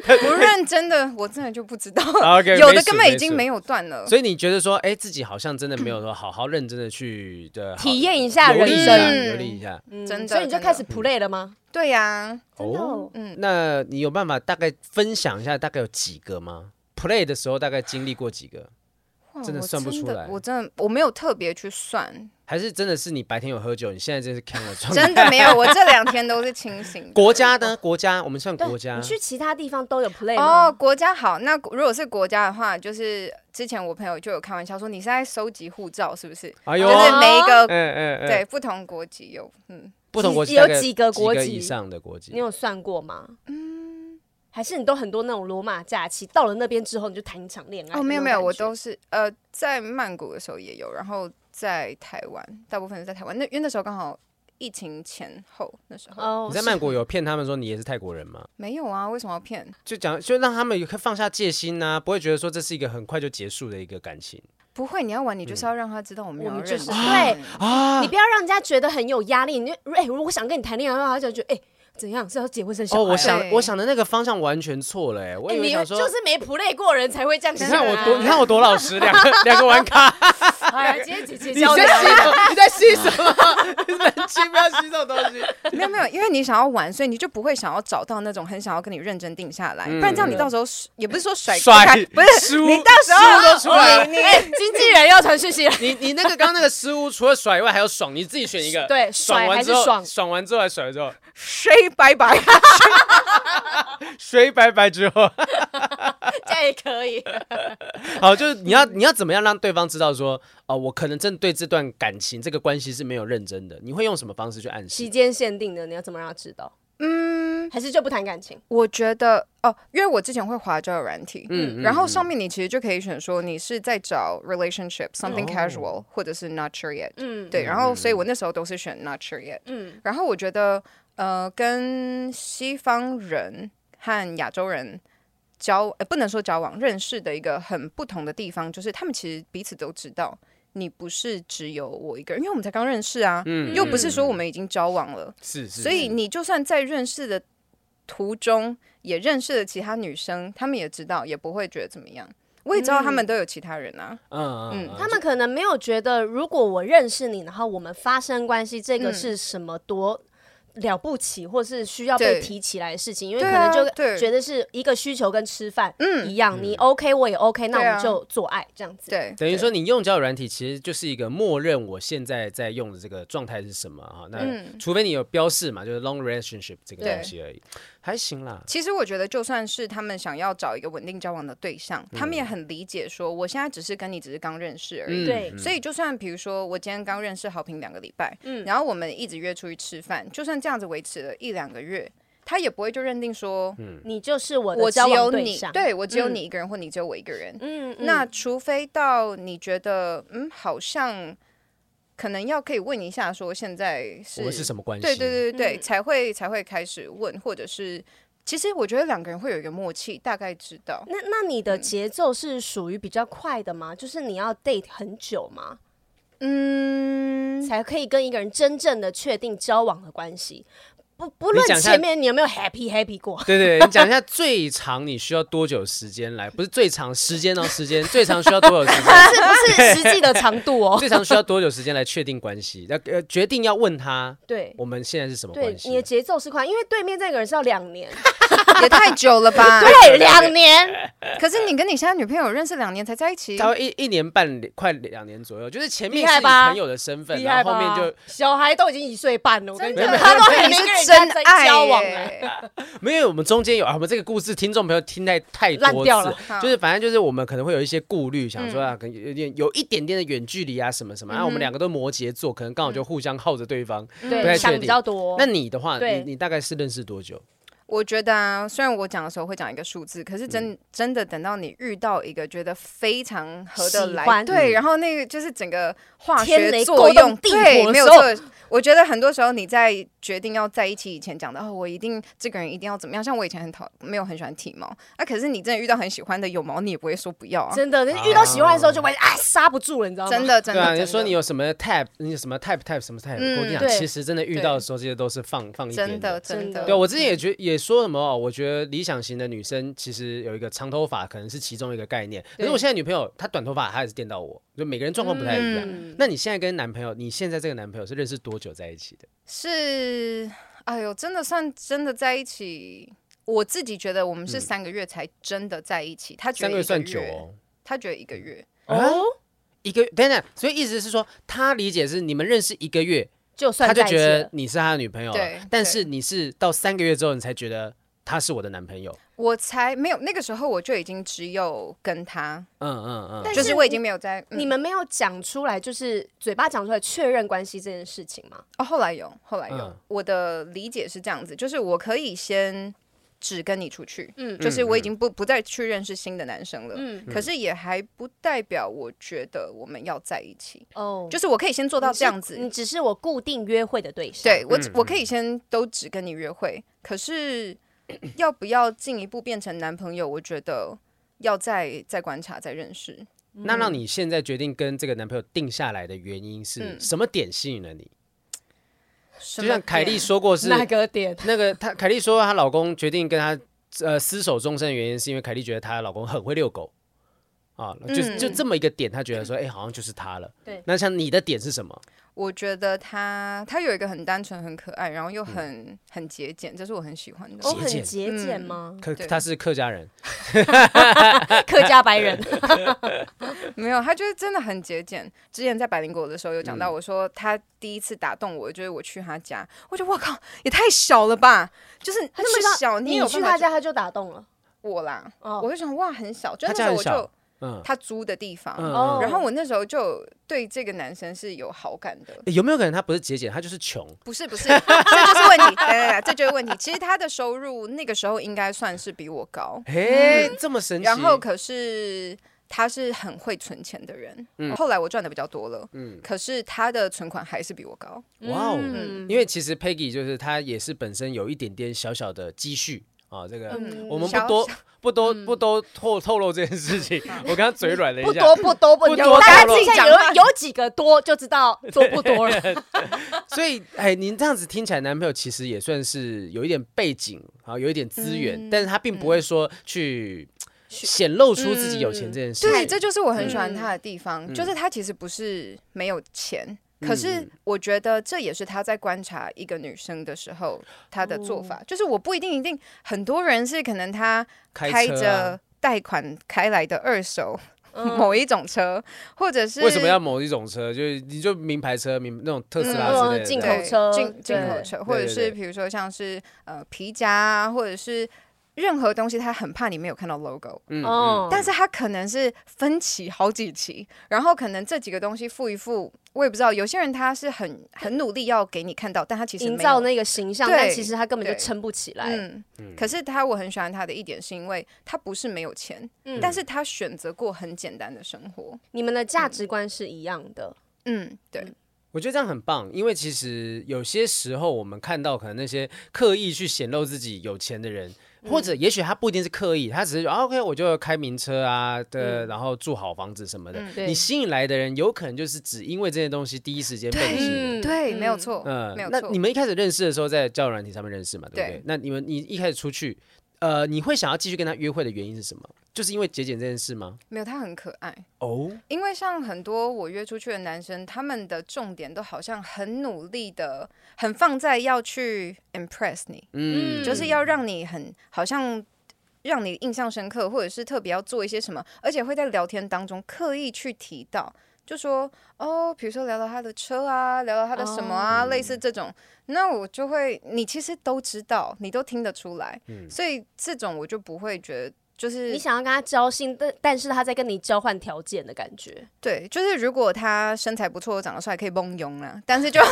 不认真的我真的就不 [laughs] 知道了啊 OK，有没的数根本已经没没有段了数。。所以你觉得说，哎，自己好像真的没有说好好认真的去的体验一下人生游历一下。嗯真的所以你就真的开始 play 了吗？对呀、真的哦，那你有办法大概分享一下大概有几个吗？Play 的时候大概经历过几个？哇真的我算不出来我真的我没有特别 [laughs] 去算，还是真的是你白天有喝酒，你现在真是看 [laughs] 了状态？真的没有，我这两天都是清醒的。国家呢？国家，我们算对啊国家你。去其他地方都有 play 哦，吗？国家好，那如果是国家的话，就是之前我朋友就有开玩笑说你是在收集护照是不是？哎就呦，是每一个哎哎哎，对，不同国籍有，嗯，不同国几籍大有概几个国以籍上的国籍你。有算过吗？嗯，还是你都很多那种罗马假期，到了那边之后你就谈一场恋爱？哦，没有那种没有，感我觉都是呃，在曼谷的时候也有，然后在台湾，大部分是在台湾，那因为那时候刚好疫情前后，那时候、哦，你在是曼谷有骗他们说你也是泰国人吗？没有啊，为什么要骗？就讲，就让他们有放下戒心呐、不会觉得说这是一个很快就结束的一个感情不会，你要玩，你就是要让他知道我们我有要们就认是识对啊你。不要让人家觉得很有压力。你就哎、如果我想跟你谈恋爱的话，他就觉得哎、怎样是要结婚生小孩哦，啊？我想对我想的那个方向完全错了哎，我哎、以为你想说，就是没 play 过人才会这样你想、啊。看我多，你看我多老实，两个两个玩咖，哎，今天姐姐你教你在啊。吸什么？你在吸什么？你冷静，不要吸这种东西。没有没有，因为你想要玩，所以你就不会想要找到那种很想要跟你认真定下来，不然这样你到时候甩也不是说甩甩开不是输你到时候输都出来了你哎、经纪人要传讯息了。你你那个刚刚那个失误，除了甩以外还有爽，你自己选一个。对爽甩完还是之后，爽爽完之后还甩之后， [laughs] 谁拜拜？水拜拜之后，这样也可以。 [laughs] 好，哦就是你要你要怎么样让对方知道说，哦，我可能真的对这段感情这个关系是没有认真的，你会用什么方式去暗示期？间限定的，你要怎么让他知道？嗯，还是就不谈感情？我觉得哦，因为我之前会滑交友软体，嗯嗯嗯，然后上面你其实就可以选说你是在找 relationship something 哦 casual，、或者是 not sure yet，嗯，对，然后所以我那时候都是选 not sure yet，嗯，然后我觉得呃，跟西方人和亚洲人。交、呃、不能说交往，认识的一个很不同的地方，就是他们其实彼此都知道，你不是只有我一个人，因为我们才刚嗯认识啊，又不是说我们已经交往了，是是，所以你就算在认识的途中也认识了其他女生，她们也知道，也不会觉得怎么样。我也知道她们都有其他人啊，嗯嗯嗯嗯，他们可能没有觉得，如果我认识你，然后我们发生关系，这个嗯是什么多了不起，或是需要对被提起来的事情，因为对可啊能就对觉得是一个需求跟吃饭嗯一样，你 OK 我也 OK，那我对啊们就做爱这样子。，对，等于对说，你用交友软体其实就是一个默认我现在在用的这个状态是什么哈？那嗯除非你有标示嘛，就是 long relationship 这个对东西而已，还行啦。其实我觉得，就算是他们想要找一个稳定交往的对象，他们也很理解说，我现在只是跟你只是刚认识而嗯已。对嗯所以，就算比如说我今天刚认识好评两个礼拜，嗯然后我们一直约出去吃饭，就算这样子维持了一两个月，他也不会就认定说嗯你就是我我的只交有往对你，象。对我只有嗯你一个人，或你只有我一个人。嗯，嗯，那除非到你觉得，嗯，好像可能要可以问一下，说现在我们是什么关系？对对对对，嗯才会才会开始问，或者是其实我觉得两个人会有一个默契，大概知道。那那你的节奏是属于比较快的吗？就是你要 date 很久吗？嗯，才可以跟一个人真正的确定交往的关系？不不你论讲一下前面你有没有 happy happy 过， [laughs] 对对，对你讲一下最长你需要多久时间来？不是最长时间哦，时间最长需要多久时间？是不是实际的长度哦？最长需要多久时间来确定关系？要呃决定要问他对我们现在是什么对关，系你的？节奏是快，因为对面这个人是要两年，也太久了 [laughs] 吧？对，两年，可是你跟你现在女朋友认识两年才在一起，他会一一年半快两年左右，就是前面厉害是以吧朋友的身份，然后后面就小孩都已经一岁半了，我跟你真讲，的他都还你没跟是人真家在爱交往啊了。 [laughs] 耶没有，我们中间有啊，我们这个故事听众朋友听太太烂多掉次了，嗯 [laughs] 好就是反正就是我们可能会有一些顾虑，想说啊，可能有点有一点点的远距离啊什么什么，啊，我们两个都摩羯座，可能刚好嗯就互相耗着对方。不太对，确想定比较多。那你的话，哦对你你大概是认识多久？我觉得啊，虽然我讲的时候会讲一个数字，可是真、嗯真的等到你遇到一个觉得非常合得喜来，欢嗯对，然后那个就是整个化天学雷作勾用，动地对，火的没有时候错。我觉得很多时候你在决定要在一起以前讲的，哦，我一定这个人一定要怎么样。像我以前很讨没有很喜欢体毛，啊，可是你真的遇到很喜欢的有毛，你也不会说不要啊，真的，可是遇到喜欢的时候就完全哎刹不住了，你知道吗？真，的真对的。啊，真你的说你有什么 type，你有什么 type type 什么 type？、嗯我跟你讲，对其实真的遇到的时候，这些都是放放一边真的真真的，的对，啊我之前也觉也说什么哦，我觉得理想型的女生其实有一个长头发，可能是其中一个概念。可是我现在女朋友她短头发，她也是电到我，就每个人状况不太一样。那你现在跟男朋友，你现在这个男朋友是认识多久在一起的？是，哎呦，真的算真的在一起。我自己觉得我们是三个月才真的在一起，他觉嗯三得个一月算月久哦。他觉得一个月，哦，一个等等，所以意思是说，他理解是你们认识一个月，就他算就在一起觉得了，你是他的女朋友了对但是你是到三个月之后，你才觉得他是我的男朋友。我才没有那个时候我就已经只有跟他，嗯嗯嗯，但就是是我已经没有在、嗯你们没有讲出来，就是嘴巴讲出来确认关系这件事情吗？哦，后来有，后来有，嗯我的理解是这样子，就是我可以先只跟你出去，嗯就是我已经不不再去认识新的男生了，嗯可是也还不代表我觉得我们要在一起，哦，就是我可以先做到是这样子，你只是我固定约会的对象。对我嗯只，我可以先都只跟你约会，可是要不要进一步变成男朋友，我觉得要再再观察、再认识。那让你现在决定跟这个男朋友定下来的原因是嗯什么点吸引了你？就就像凯莉，说过是个点？那个她，凯莉说她老公决定跟她呃厮守终身的原因是因为凯莉觉得她老公很会遛狗啊，就是就嗯这么一个点，她觉得说哎、好像就是他了。对那像你的点是什么？我觉得他他有一个很单纯、很可爱，然后又很、很节俭，这是我很喜欢的。我嗯节很俭节俭嗯吗？客对他是客家人，客家白人，没有，他就是真的很节俭。之前在百灵果的时候有讲嗯到，我说他第一次打动我，就是我去他家，我觉得我靠，也太小了吧！就是他去那么他小，你有去办法他家他就打动了。我啦，哦我就想哇，很小，就他那家时很候我小就嗯他租的地方，嗯，哦嗯然后我那时候就对这个男生是有好感的，有没有可能他不是节俭，他就是穷？不是不是， [laughs] 这就是问题，来来来，这就是问题。其实他的收入那个时候应该算是比我高，哎，这么神奇。然后可是他是很会存钱的人，嗯后来我赚的比较多了，可是他的存款还是比我高，哇哦，嗯因为其实 Peggy 就是她也是本身有一点点小小的积蓄啊、啊，这个嗯我们小不多不多不多透透露这件事情，我刚刚嘴软了不一下。多不多不不多多大家不多自己讲话有有几个多就知 [laughs] 道多不多了。所以，哎，您这样子听起来，男朋友其实也算是有一点背景，然后有一点资源，但是他并不会说去显露出自己有钱这件事。对，这就是我很喜欢嗯他的地方，嗯就是他其实不是没有钱。嗯可是我觉得这也是他在观察一个女生的时候他的做法，就是我不一定一定，很多人是可能他开开车啊着贷款开来的二手嗯 [laughs] 某一种车，或者是为什么要某一种车？就是你就名牌车，名那种特斯拉之类的，嗯进口对对车进进对口车，或对者对是比如说像是呃皮夹啊，或者是任何东西，他很怕你没有看到 logo，嗯哦嗯，但是他可能是分期好几期，然后可能这几个东西付一付，我也不知道。有些人他是很很努力要给你看到，但他其实没有营造那个形象，对但其实他根本就对撑不起来。嗯，可是他我很喜欢他的一点是因为他不是没有钱，嗯但是他选择过很简单的生活。你们的价值观是一样的，嗯，对，我觉得这样很棒，因为其实有些时候我们看到可能那些刻意去显露自己有钱的人，或嗯者也许他不一定是刻意，他只是、啊、OK，我就开名车啊嗯的，然后住好房子什么的。对你吸引来的人，有可能就是只因为这些东西第一时间被你吸引。对，没有。错，嗯，没有那错你。们一开始认识的时候，在交友软体上面认识嘛，对不对？对那你们你一开始出去，呃，你会想要继续跟他约会的原因是什么？就是因为节俭这件事吗？没有，他很可爱。哦，因为像很多我约出去的男生，他们的重点都好像很努力的，很放在要去 impress 你，嗯，就是要让你很好像让你印象深刻，或者是特别要做一些什么，而且会在聊天当中刻意去提到，就说哦，比如说聊到他的车啊，聊到他的什么啊，哦类似这种，那我就会你其实都知道，你都听得出来，所以这种我就不会觉得。就是你想要跟他交心，但但是他在跟你交换条件的感觉，对，就是如果他身材不错、长得帅，可以蒙拥啦，[laughs] 但是就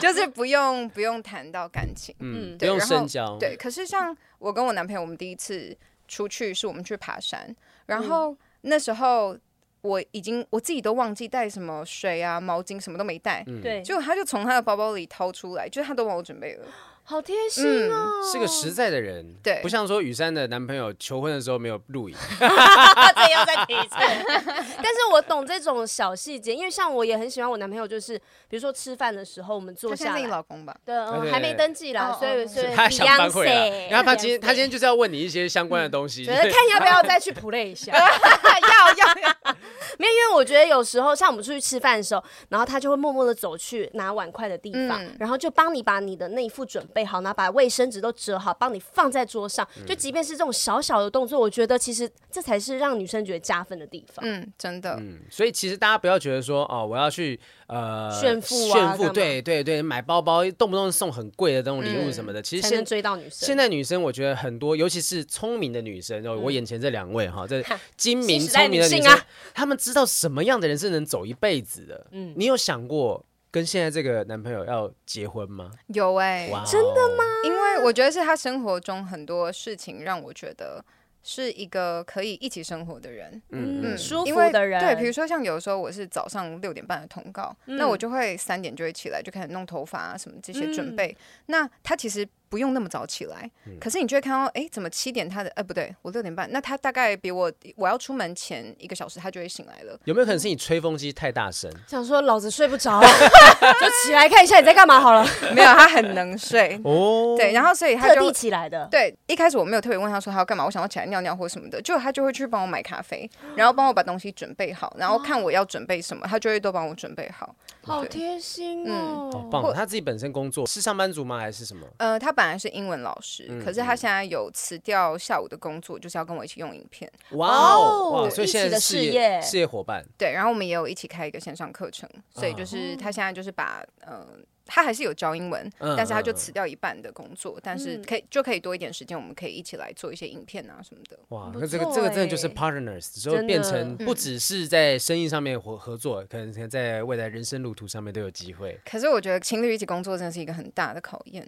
就是不用不用谈到感情。嗯，嗯不对用然后深交，对，，可是像我跟我男朋友，我们第一次出去是我们去爬山，然嗯后那时候我已经我自己都忘记带什么水啊、毛巾，什么都没带。嗯对，结果他就从他的包包里掏出来，就是他都帮我准备了。好贴心哦。是个 [laughs] 实在的人，对不像说雨珊的男朋友求婚的时候没有录影，这又再提一次。 [laughs] 但是我懂这种小细节，因为像我也很喜欢我男朋友，就是比如说吃饭的时候，我们坐他现下在是你来。老公吧？ [laughs] 对，对嗯对还没登记啦哦，所以哦 [laughs] 所以他想反悔了， Beyonce，然后他今天 Beyonce 嗯他今天就是要问你一些相关的东西，觉得看要不要 [laughs] 再去 play 一下，要要要！没有，因为我觉得有时候像我们出去吃饭的时候，然后他就会默默的走去拿碗筷的地方，嗯然后就帮你把你的那一副准备好，然后把卫生纸都折好，帮你放在桌上。嗯就即便是这种小小的动作，我觉得其实这才是让女生觉得加分的地方。嗯，真的。嗯，所以其实大家不要觉得说哦，我要去呃炫富炫啊干富，嘛嗯对对对，买包包动不动送很贵的东西礼物什么的，其实才现能追到女生。现在女生我觉得很多，尤其是聪明的女生，哦，我眼前这两位哈，这精明嗯新时代聪明的女女性生啊，她们知道什么样的人是能走一辈子的。嗯，你有想过跟现在这个男朋友要结婚吗？有哎、哇，哦真的吗？因为我觉得是他生活中很多事情让我觉得是一个可以一起生活的人。嗯，嗯舒因服为的人，对，比如说像有时候我是早上六点半的通告，那嗯我就会三点就会起来，就开始弄头发啊什么这些准备。那他其实不用那么早起来，嗯可是你就会看到，哎，怎么七点他的，呃，不对，我六点半，那他大概比我我要出门前一个小时他就会醒来了。有没有可能是你吹风机太大声？，想说老子睡不着， [laughs] 就起来看一下你在干嘛好了，没有，他很能睡 [laughs] 哦，对，然后所以 [laughs] 他特地就。起来的。对，一开始我没有特别问他说他要干嘛，我想要起来尿尿或什么的，就他就会去帮我买咖啡，然后帮我把东西准备好，然后看我要准备什么，他就会都帮我准备好。好贴心哦，嗯好棒或！他自己本身工作是上班族吗？还是什么？呃，他本来是英文老师，可是他现在有辞掉下午的工作，就是要跟我一起用影片。哇哦哇！所以现在是一事起的事业事业伙伴，对，然后我们也有一起开一个线上课程，所以就是他现在就是把呃，他还是有教英文，嗯但是他就嗯嗯辞掉一半的工作，但是可以就可以多一点时间，我们可以一起来做一些影片啊什么的。哇，不那这个错这个真的就是欸 partners，之后真的变成嗯不只是在生意上面合合作，可能可能在未来人生路途上面都有机会。可是我觉得情侣一起工作真的是一个很大的考验。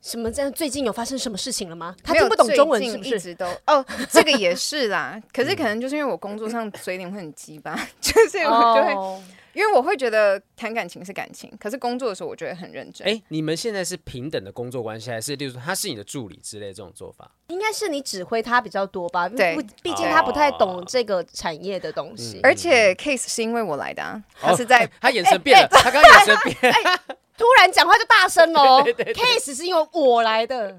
什么？这样最近有发生什么事情了吗？他没有听不懂最中文近是不一是？直都哦，这个 [laughs] 也是啦。可是可能就是因为我工作上嘴脸会很鸡巴，就是我就会哦，因为我会觉得谈感情是感情，可是工作的时候我觉得很认真。哎、你们现在是平等的工作关系，还是例如说他是你的助理之类这种做法？应该是你指挥他比较多吧，因对为不毕竟他不太哦嗯懂这个产业的东西。而且 case 是因为我来的、啊，他哦是哎在、他眼神变了，他刚刚眼神变了，突然讲话就大声 [laughs] 喽，case 是因为我来的，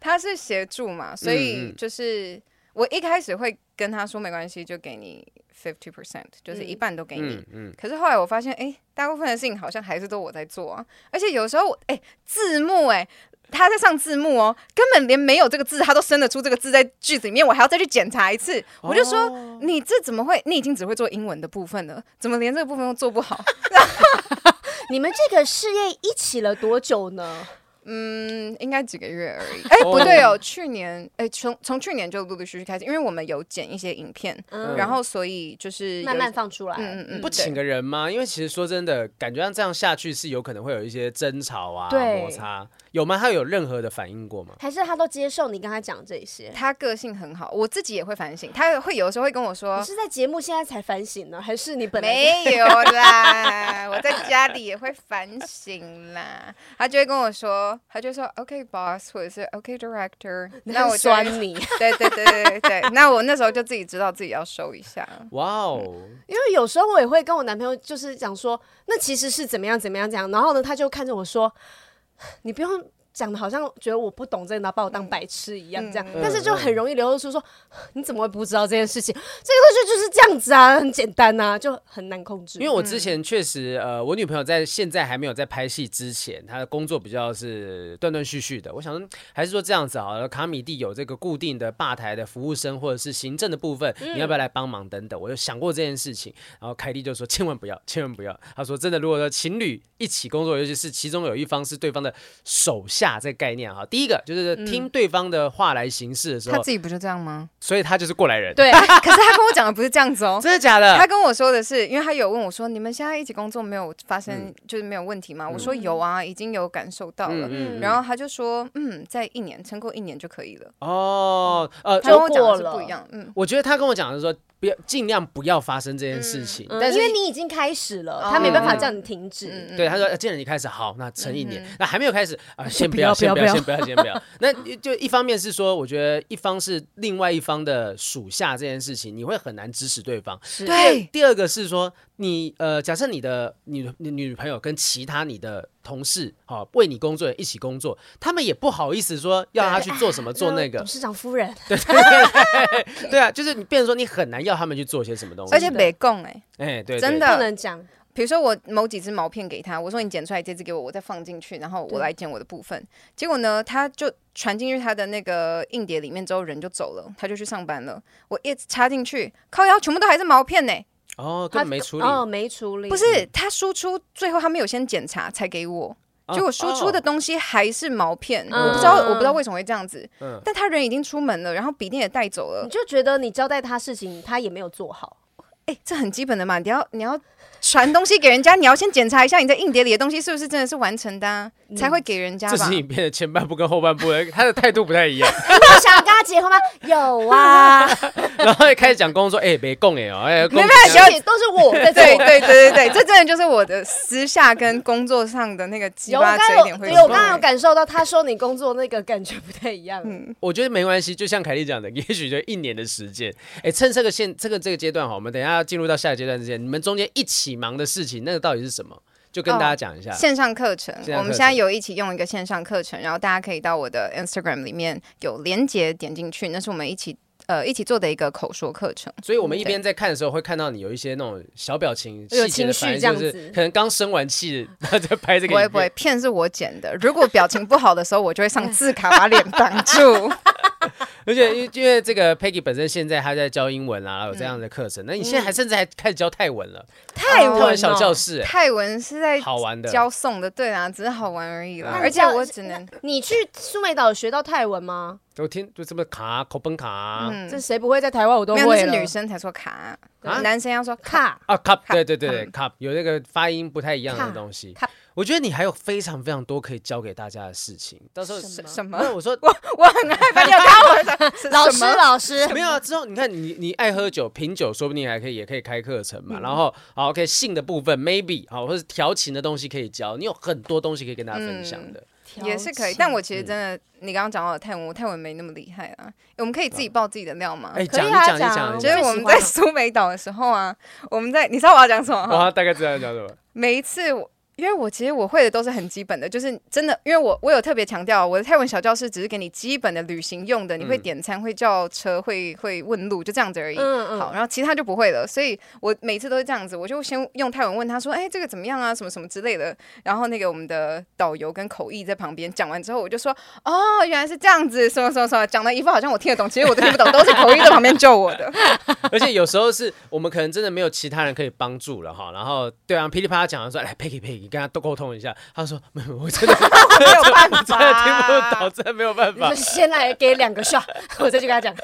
他是协助嘛，所嗯以嗯就是我一开始会跟他说没关系，就给你 fifty percent，就是一半都给你。嗯嗯，可是后来我发现，哎、大部分的事情好像还是都我在做啊，而且有时候我，哎、字幕、哎，他在上字幕哦，根本连没有这个字，他都生得出这个字在句子里面，我还要再去检查一次。我就说，你这怎么会？你已经只会做英文的部分了，怎么连这个部分都做不好？你们这个事业一起了多久呢？嗯，应该几个月而已。哎、不对哦，去年，哎、从从去年就陆陆续续开始，因为我们有剪一些影片，嗯然后所以就是有慢慢，放出来。嗯嗯嗯，不对请个人吗？因为其实说真的，感觉上这样下去是有可能会有一些争吵啊、对摩擦，有吗？他有任何的反应过吗？还是他都接受你跟他讲这些？他个性很好，我自己也会反省。他会有时候会跟我说你，是在节目现在才反省呢，还 [laughs] 是你本来就？没有啦， [laughs] 我在家里也会反省啦。他就会跟我说，他就说 OK boss 或者是 OK [laughs] director，那我就会酸你，对对对对对对，那我那时候就自己知道自己要收一下。哇哦，因为有时候我也会跟我男朋友就是讲说，那其实是怎么样怎么样怎样，然后呢，他就看着我说，你不用。讲的好像觉得我不懂这个，然后把我当白痴一样，这样，嗯但是就很容易流露出说，你怎么会不知道这件事情？这个东西就是这样子啊，很简单啊，就很难控制。因为我嗯之前确实，呃，我女朋友在现在还没有在拍戏之前，她的工作比较是断断续续的。我想说还是说这样子好了，卡米蒂有这个固定的吧台的服务生或者是行政的部分，你嗯要不要来帮忙等等？我就想过这件事情，然后凯莉就说千万不要，千万不要。她说真的，如果说情侣一起工作，尤其是其中有一方是对方的手下这个概念哈，第一个就是听对方的话来行事的时嗯他候，自己不就这样吗？所以他就是过来人。对， [laughs] 可是他跟我讲的不是这样子哦。真的假 [laughs] 的？他跟我说的是，因为他有问我说，你们现在一起工作没有发生、就是没有问题吗？我说有啊，已经有感受到了。嗯然后他就说，嗯，在一年撑过一年就可以了。哦，呃， [laughs] 他跟我就讲的过是了不一样，嗯，我觉得他跟我讲的是说，不要尽量不要发生这件事情，嗯但是。因哦为你已经开始了，他没办法叫你停止。嗯对，他说，呃既然你开始好，那撑一年嗯。那还没有开始啊，先不不要要，先不要，要先不要，先不要。那就一方面是说，我觉得一方是另外一方的属下这件事情，你会很难指使对方。对，第二个是说，你呃，假设你的女你女朋友跟其他你的同事，好、为你工作的人一起工作，他们也不好意思说要他去做什么做那个董，事长夫人，对啊，就是你变成说你很难要他们去做些什么东西。而且北共哎，哎，对，真对的不能讲，比如说我某几只毛片给他，我说你剪出来这只给我，我再放进去，然后我来剪我的部分。结果呢，他就传进去他的那个硬碟里面之后，人就走了，他就去上班了。我一插进去，靠腰全部都还是毛片呢、哦，根本没处理。哦，没处理，不是他输出最后他没有先检查才给我，哦结果输出的东西还是毛片，嗯我不知道我不知道为什么会这样子嗯。但他人已经出门了，然后笔电也带走了你，就觉得你交代他事情，他也没有做好。哎，这很基本的嘛，你要你要传东西给人家，你要先检查一下你在硬碟里的东西是不是真的是完成的啊，才会给人家这吧是。影片的前半部跟后半部，他的态 [laughs] 度不太一样。 [laughs] 你有想要跟他结婚吗？有啊，然后一开始讲工作，哎、别供哎哦，哎、没供办法，小小姐都是我在做。对对对对对，这真的就是我的私下跟工作上的那个鸡有，我巴刚嘴刚脸会有，有，我刚刚出有来感受到他说你工作那个感觉不太一样。嗯我觉得没关系，就像凯莉讲的， [laughs] 也许就一年的时间。哎、趁这个现这个这个阶段哈，我们等一下要进入到下一个阶段之前，你们中间一起忙的事情，那个到底是什么？就跟大家讲一下。线上课程哎线上课，程我们现在有一起用一个线上课程，然后大家可以到我的 Instagram 里面有连接点进去，那是我们一起呃一起做的一个口说课程。所以我们一边在看的时候，会看到你有一些那种小表嗯情、有细节的情绪反应，这样就是子可能刚生完气，然后在拍这个不会影不会片。，片是我剪的。如果表情不好的时候，我就会 [laughs] 上字卡把脸挡住。 [laughs] 而且因为因为这个 Peggy 本身现在她在教英文啊，然后有嗯这样的课程。那你现在还甚至还开始教泰文了，泰泰文文小教哦，室、哎泰文是在好玩的。教送的，对啊，只是好玩而已啦。嗯而且我只能你去苏梅岛有学到泰文吗？我听就这么卡口崩卡、嗯，这谁不会在台湾我都没有，那会是了。女生才说卡，啊男生要说卡。卡 [laughs] 啊 cup， Cup，对对对对嗯 cup 有那个发音不太一样的东西 Cup。我觉得你还有非常非常多可以教给大家的事情。到时候什什么什么？那我 [laughs] 说我我很害怕你有看我的是老什师么老师，没有啊，之后你看你你爱喝酒，品酒说不定还可以也可以开课程嗯嘛。然后好，OK，性的部分 maybe 好，或者调情的东西可以教，你有很多东西可以跟大家分享的。也是可以，但我其实真的，你刚刚讲到的泰文，我泰文没那么厉害啊。我们可以自己爆自己的料吗？嗯哎、可讲以一啊讲一讲讲一我就讲最，是我喜们欢在了苏梅岛的时候啊，我们在，你知道我要讲什么我哈？大概知道要讲什么。每一次我。因为我其实我会的都是很基本的，就是真的，因为我我有特别强调，我的泰文小教室只是给你基本的旅行用的，你会嗯点餐、会叫车、会会问路，就这样子而已。嗯嗯，好，然后其他就不会了，所以我每次都是这样子，我就先用泰文问他说：“哎，这个怎么样啊？什么什么之类的。”然后那个我们的导游跟口译在旁边讲完之后，我就说：“哦，原来是这样子，什么什么什么。”讲的一副好像我听得懂，其实我都听不懂，都是口译在旁边救我 [laughs] 的。而且有时候是我们可能真的没有其他人可以帮助了哈，然后对啊，噼里啪啦讲完说，来 Peggy Peggy 跟他多沟通一下，他说没有，我真的没有办法，真的 [laughs] 听不懂，真的没有办就法是。先来给两个 [laughs] shot，我再去跟他讲。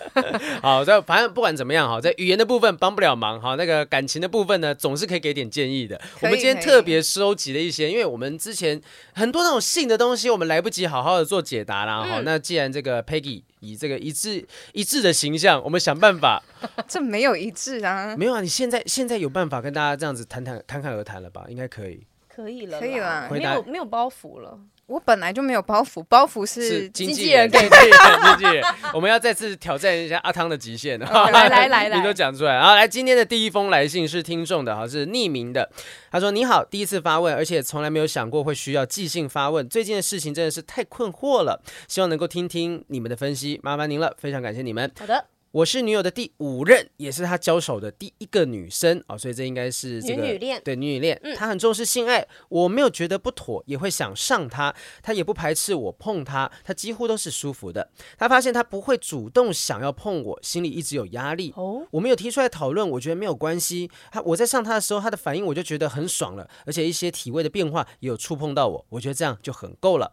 好，这反正不管怎么样哈，在语言的部分帮不了忙哈，那个感情的部分呢，总是可以给点建议的。可以我们今天可以特别收集了一些，因为我们之前很多那种性的东西，我们来不及好好的做解答啦嗯哈。那既然这个 Peggy 以这个一致一致的形象，我们想办法。这没有一致啊。没有啊，你现在现在有办法跟大家这样子谈谈侃侃而谈了吧？应该可以。可以了，可以啦回没答有没有包袱了。我本来就没有包袱，包袱是是经纪纪人经 [laughs] 纪人，经纪人，我们要再次挑战一下阿汤的极限。来哦来来来你都讲出来。然后来，今天的第一封来信是听众的，哈，是匿名的。他说：“你好，第一次发问，而且从来没有想过会需要即兴发问。最近的事情真的是太困惑了，希望能够听听你们的分析，麻烦您了，非常感谢你们。”好的，我是女友的第五任，也是她交手的第一个女生哦，所以这应该是这个女女恋嗯对女女恋，她很重视性爱，我没有觉得不妥，也会想上她，她也不排斥我碰她，她几乎都是舒服的。她发现她不会主动想要碰我，心里一直有压力。哦，我们有提出来讨论，我觉得没有关系。她我在上她的时候，她的反应我就觉得很爽了，而且一些体位的变化也有触碰到我，我觉得这样就很够了。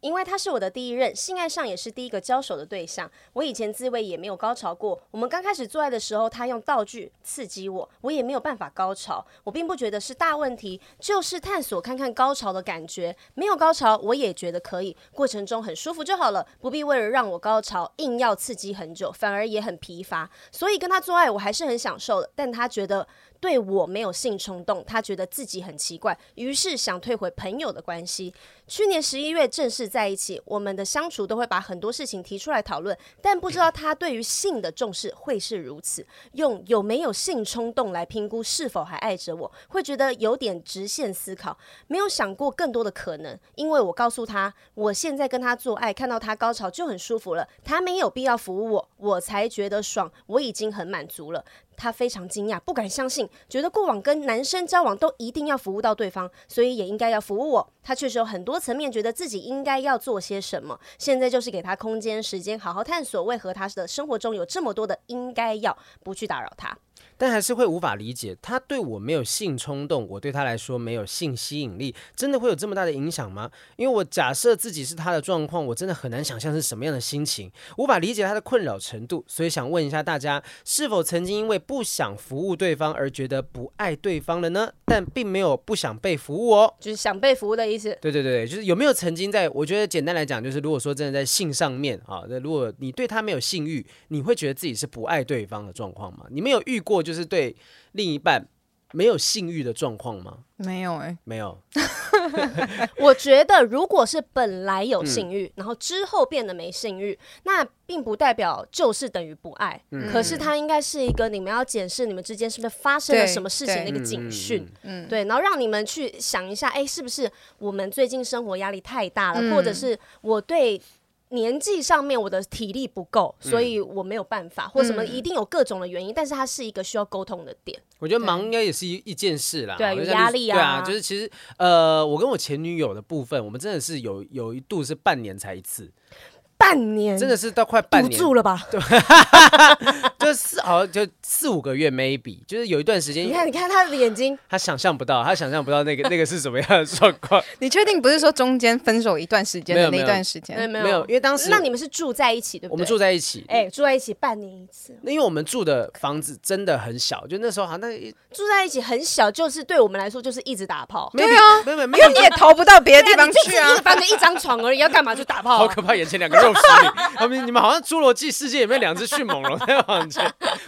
因为他是我的第一任，性爱上也是第一个交手的对象。我以前自慰也没有高潮过。我们刚开始做爱的时候，他用道具刺激我，我也没有办法高潮。我并不觉得是大问题，就是探索看看高潮的感觉。没有高潮，我也觉得可以，过程中很舒服就好了，不必为了让我高潮硬要刺激很久，反而也很疲乏。所以跟他做爱，我还是很享受的。但他觉得对我没有性冲动，他觉得自己很奇怪，于是想退回朋友的关系。去年十一月正式在一起，我们的相处都会把很多事情提出来讨论，但不知道他对于性的重视会是如此。用有没有性冲动来评估是否还爱着我，会觉得有点直线思考，没有想过更多的可能。因为我告诉他，我现在跟他做爱，看到他高潮就很舒服了，他没有必要服务我，我才觉得爽，我已经很满足了。他非常惊讶，不敢相信，觉得过往跟男生交往都一定要服务到对方，所以也应该要服务我。他确实有很多层面觉得自己应该要做些什么，现在就是给他空间、时间，好好探索为何他的生活中有这么多的应该要，不去打扰他。但还是会无法理解，他对我没有性冲动，我对他来说没有性吸引力，真的会有这么大的影响吗？因为我假设自己是他的状况，我真的很难想象是什么样的心情，无法理解他的困扰程度，所以想问一下大家，是否曾经因为不想服务对方而觉得不爱对方了呢？但并没有不想被服务哦。就是想被服务的意思。对对对，就是有没有曾经在？我觉得简单来讲，就是如果说真的在性上面啊，那如果你对他没有性欲，你会觉得自己是不爱对方的状况吗？你们有遇过就是对另一半没有性欲的状况吗？没有哎、没有， [laughs] 我觉得，如果是本来有性欲，然后之后变得没性欲，那并不代表就是等于不爱。可是它应该是一个你们要检视你们之间是不是发生了对什么事情的一个警讯嗯。嗯，对，然后让你们去想一下，哎，是不是我们最近生活压力太大了，嗯或者是我对年纪上面我的体力不够，所以我没有办法，或什么一定有各种的原因，但是它是一个需要沟通的点。我觉得对忙应该也是一一件事啦，对啊就有像压你力对啊，啊就是其实呃，我跟我前女友的部分，我们真的是有有一度是半年才一次，半年真的是到快半堵年，住了吧？ [laughs] 就是四好像就四五个月 maybe，就是有一段时间你，看，你看他的眼睛，他想象不到，他想象不到那个 [laughs] 那个是什么样的状况。你确定不是说中间分手一段时间的没有没那有段时间？没没有，因为当时那你们是住在一起，对不对？我们住在一起，哎、住在一起半年一次，那因为我们住的房子真的很小，就那时候好像那住在一起很小，就是对我们来说就是一直打炮，对啊，没有没有没因为有你，也逃不到别的地方去一啊个。房间一张床而已，要干嘛就打炮、好啊。可怕！眼前两个肉食女，他们你们好像《侏罗纪世界》里面两只迅猛龙 [laughs] 在往前。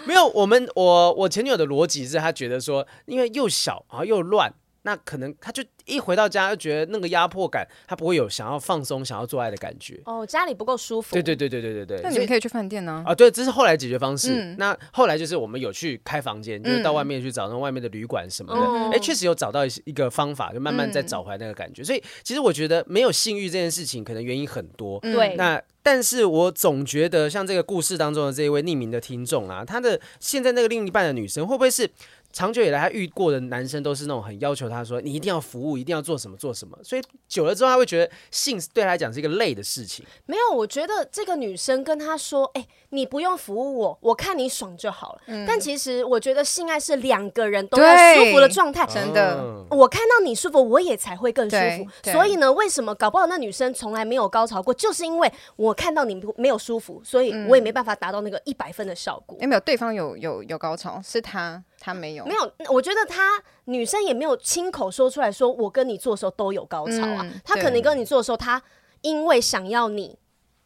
没有，我们我我前女友的逻辑是，她觉得说，因为又小然后又乱，那可能她就一回到家就觉得那个压迫感，她不会有想要放松、想要做爱的感觉。哦，家里不够舒服。对对对对对对对，那所你们以可以去饭店呢、啊，对，这是后来解决方式。嗯那后来就是我们有去开房间，就是到外面去找那种外面的旅馆什么的。嗯哎、确实有找到一些一个方法，就慢慢再哦嗯找回来那个感觉。所以其实我觉得没有性欲这件事情，可能原因很多。嗯对那但是我总觉得像这个故事当中的这一位匿名的听众啊，她的现在那个另一半的女生，会不会是长久以来她遇过的男生都是那种很要求她说你一定要服务，一定要做什么做什么，所以久了之后她会觉得性对她来讲是一个累的事情。没有，我觉得这个女生跟他说：“哎、你不用服务我，我看你爽就好了。嗯但其实我觉得性爱是两个人都要舒对服的状态。嗯真的哦我看到你舒服，我也才会更舒对服。对所以呢，为什么搞不好那女生从来没有高潮过，就是因为我看到你不没有舒服，所以我也没办法达到那嗯个一百分的效果。有哎没有，对方有有有高潮，是他他没有，没有，我觉得她女生也没有亲口说出来说，我跟你做的时候都有高潮啊嗯。她、可能对跟你做的时候，她因为想要你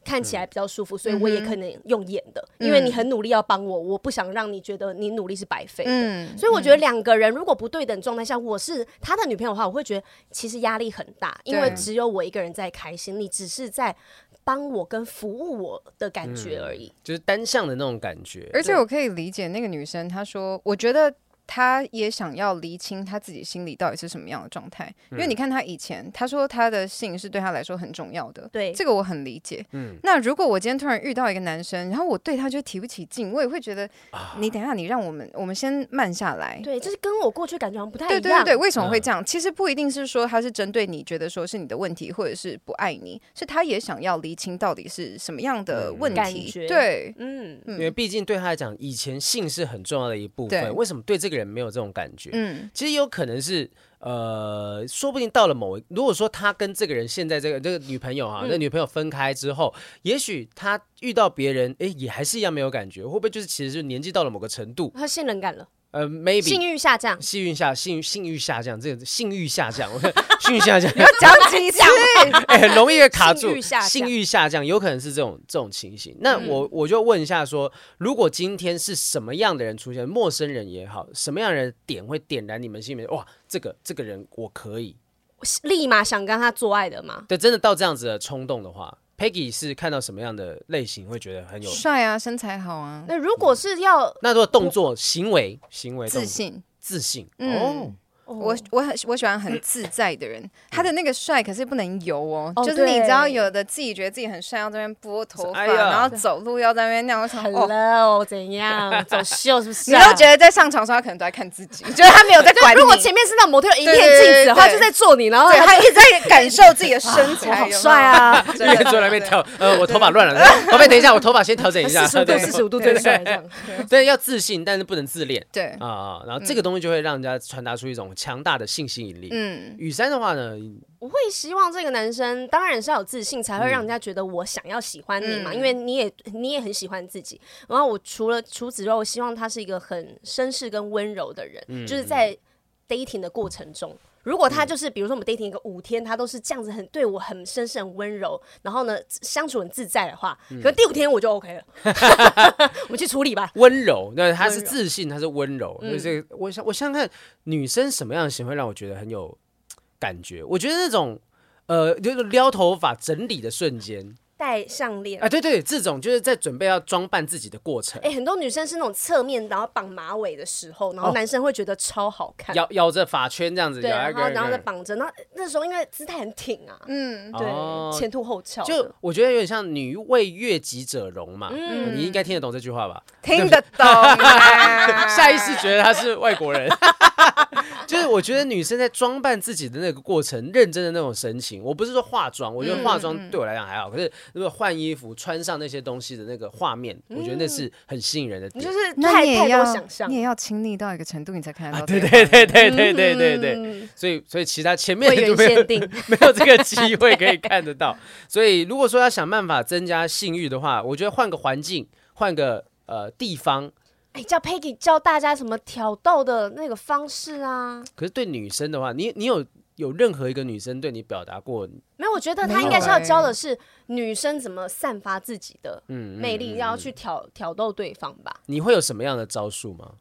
看起来比较舒服，所以我也可能用演的，嗯因为你很努力要帮我，我不想让你觉得你努力是白费的。嗯，所以我觉得两个人如果不对等状态下，我是他的女朋友的话，我会觉得其实压力很大，因为对只有我一个人在开心，你只是在帮我跟服务我的感觉而嗯已。就是单向的那种感觉。而且我可以理解那个女生，她说，我觉得她也想要厘清她自己心里到底是什么样的状态，因为你看她以前，她说她的性是对她来说很重要的，对这个我很理解。嗯，那如果我今天突然遇到一个男生，然后我对他就提不起劲，我也会觉得，你等一下，你让我们我们先慢下来。对，就是跟我过去感觉好像不太一对样。对对对，为什么会这样？其实不一定是说他是针对你，觉得说是你的问题，或者是不爱你，是他也想要厘清到底是什么样的问感题。觉对，嗯，因为毕竟对她来讲，以前性是很重要的一部对分，为什么对这个人没有这种感觉？嗯，其实有可能是，呃，说不定到了某一，如果说他跟这个人现在这个这个女朋友啊嗯哈、那女朋友分开之后，也许他遇到别人，哎，也还是一样没有感觉，会不会就是其实就年纪到了某个程度，他信任感了，呃性，maybe 欲下降。性欲下性性欲下降，这个性欲下降， [laughs] 性欲下降，讲几次？ [laughs] 哎，很容易会卡性住欲下，降嗯性欲下降，有可能是这种这种情形。那我、我就问一下说，如果今天是什么样的人出现，陌生人也好，什么样的人点会点燃你们心里面？哇，这个这个人我可以。立马想跟他做爱的嘛？对，真的到这样子的冲动的话，Peggy 是看到什么样的类型会觉得很有？帅啊，身材好啊，那如果是要，嗯那如果动作、行为、行为、动作、自信。自信，嗯哦， [laughs] 我我很我喜欢很自在的人，他的那个帅可是不能油哦，哦就是你知道对有的自己觉得自己很帅，要在那边拨头发，哎呀然后走路要在那边那样，我想哦， Hello，怎样走秀是不是你啊？ [laughs] 都觉得在上床的时候他可能都在看自己，觉得他没有 [laughs] 在管就你。如果前面是那种模特儿一片对对镜对子的话，对就在做你，然后对他他一直 [laughs] 在感受自己的身材，我好有没有帅！啊，真越的坐在那边跳，呃，我头发乱了， [laughs] 宝贝，等一下，我头发先调整一下 [laughs] [laughs] 四。十五度对四十五度最帅这样。对，要自信，但是不能自恋对啊，啊！然后嗯这个东西就会让人家传达出一种强大的性吸引力。嗯，雨山的话呢，我会希望这个男生当然是要有自信，才会让人家觉得我想要喜欢你嘛，嗯因为你也你也很喜欢自己。然后我除了除此之外，我希望他是一个很绅士跟温柔的人，就是在 dating 的过程中。如果他就是，比如说我们 dating 一个五天，他都是这样子很对我很绅士、很温柔，然后呢相处很自在的话，可能第五天我就 OK 了， [laughs] 我们去处理吧。温柔，那他温是柔自信，他是温柔，嗯就是我想我想想看，女生什么样的行为让我觉得很有感觉？我觉得那种呃，就是撩头发、整理的瞬间，戴项链啊，，对对，这种就是在准备要装扮自己的过程，哎、很多女生是那种侧面，然后绑马尾的时候，然哦后男生会觉得超好看。咬咬着发圈这样子，对，咬一然个后然后再人。绑着，那那时候因为姿态很挺啊，嗯，对，哦前凸后翘的，就我觉得有点像“女为悦己者容”嘛，嗯你应该听得懂这句话吧？听得懂 [laughs] [laughs] 啊。下意识觉得他是外国人，就是我觉得女生在装扮自己的那个过程，认真的那种神情，我不是说化妆，我觉得化嗯妆对我来讲还好，可是如果换衣服、穿上那些东西的那个画面，我觉得那是很吸引人的嗯你点就。是那太你也太要多想象你。也要亲历到一个程度，你才看得啊，到对这个对画面对对对对对对，嗯，所以所以其他前面会就员没有限定， [laughs] 没有这个机会可以看得到，所以如果说要想办法增加性欲的话，我觉得换个环境，换个呃地方，哎，叫 Peggy 教大家什么挑逗的那个方式啊？可是对女生的话，你你有有任何一个女生对你表达过没有，我觉得没他应有该是要哎教的是女生怎么散发自己的嗯魅力，要去挑挑逗对方吧。 [laughs] 你会有什么样的招数吗？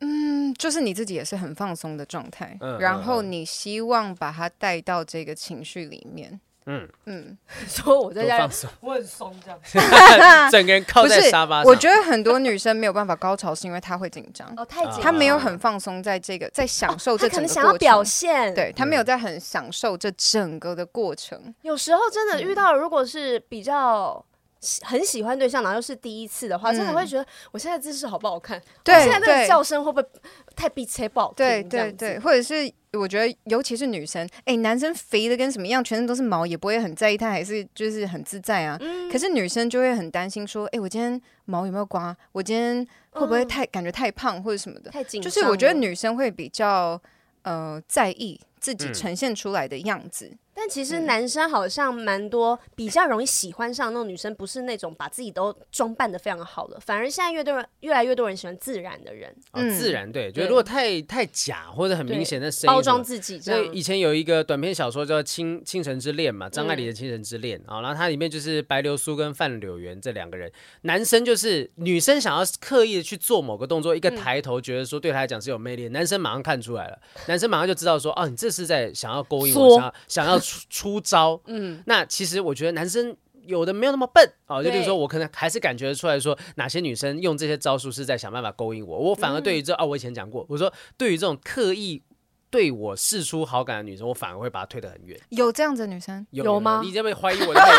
嗯就是你自己也是很放松的状态，嗯然后嗯你希望把它带到这个情绪里面。嗯嗯，说 [laughs] 我在多家放松，我很松这样。 [laughs] 整个人靠不在是沙发，上。我觉得很多女生没有办法高潮，是因为她会紧张，哦，太紧啊她张了，没有很放松在这个在享受他这可整能个想要过表程。现，对她没嗯有在很享受这整个的过程，有时候真的遇到，如果是比较喜很喜欢对象，然后又是第一次的话，真的嗯会觉得我现在姿势好不好看？对我现在那个对叫声会不会太逼车不好听？对这样对子对，，或者是我觉得，尤其是女生，哎、男生肥的跟什么样，全身都是毛，也不会很在意，他还是就是很自在啊。可是女生就会很担心，说，哎、我今天毛有没有刮？我今天会不会嗯太、感觉太胖或者什么的？太紧就张了。是我觉得女生会比较呃在意自己嗯呈现出来的样子。但其实男生好像蛮多比较容易喜欢上那种女生，不是那种把自己都装扮的非常好的，反而现在越多人越来越多人喜欢自然的人，哦嗯自然对，觉得对如果太太假或者很明显的声音包装什么自己这所以以样。前有一个短篇小说叫《倾倾城之恋》嘛，张爱玲的《倾城之恋》啊、然后它里面就是白流苏跟范柳原这两个人，男生就是女生想要刻意的去做某个动作，一嗯个抬头，觉得说对他来讲是有魅力的，男生马上看出来了，男生马上就知道说，哦，你这是在想要勾引我，说想要想要出出招。嗯，那其实我觉得男生。有的没有那么笨哦，就比如说对我可能还是感觉得出来说哪些女生用这些招数是在想办法勾引我，我反而对于这、哦，我以前讲过，我说对于这种刻意对我示出好感的女生，我反而会把她推得很远。有这样子的女生，有有吗你在不在怀疑我的魅力？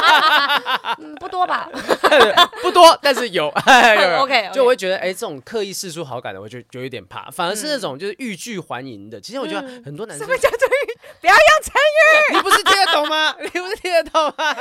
[laughs] 嗯，不多吧？ [laughs] 不多，但是 [laughs] 有。有有有 OK，OK [laughs] 就我会觉得，哎、这种刻意示出好感的，我就就有点怕。反而是那种就是欲拒还迎的，其实我觉得很多男生，不要用成你不是听得懂吗？ [laughs] 你不是听得懂吗？哎、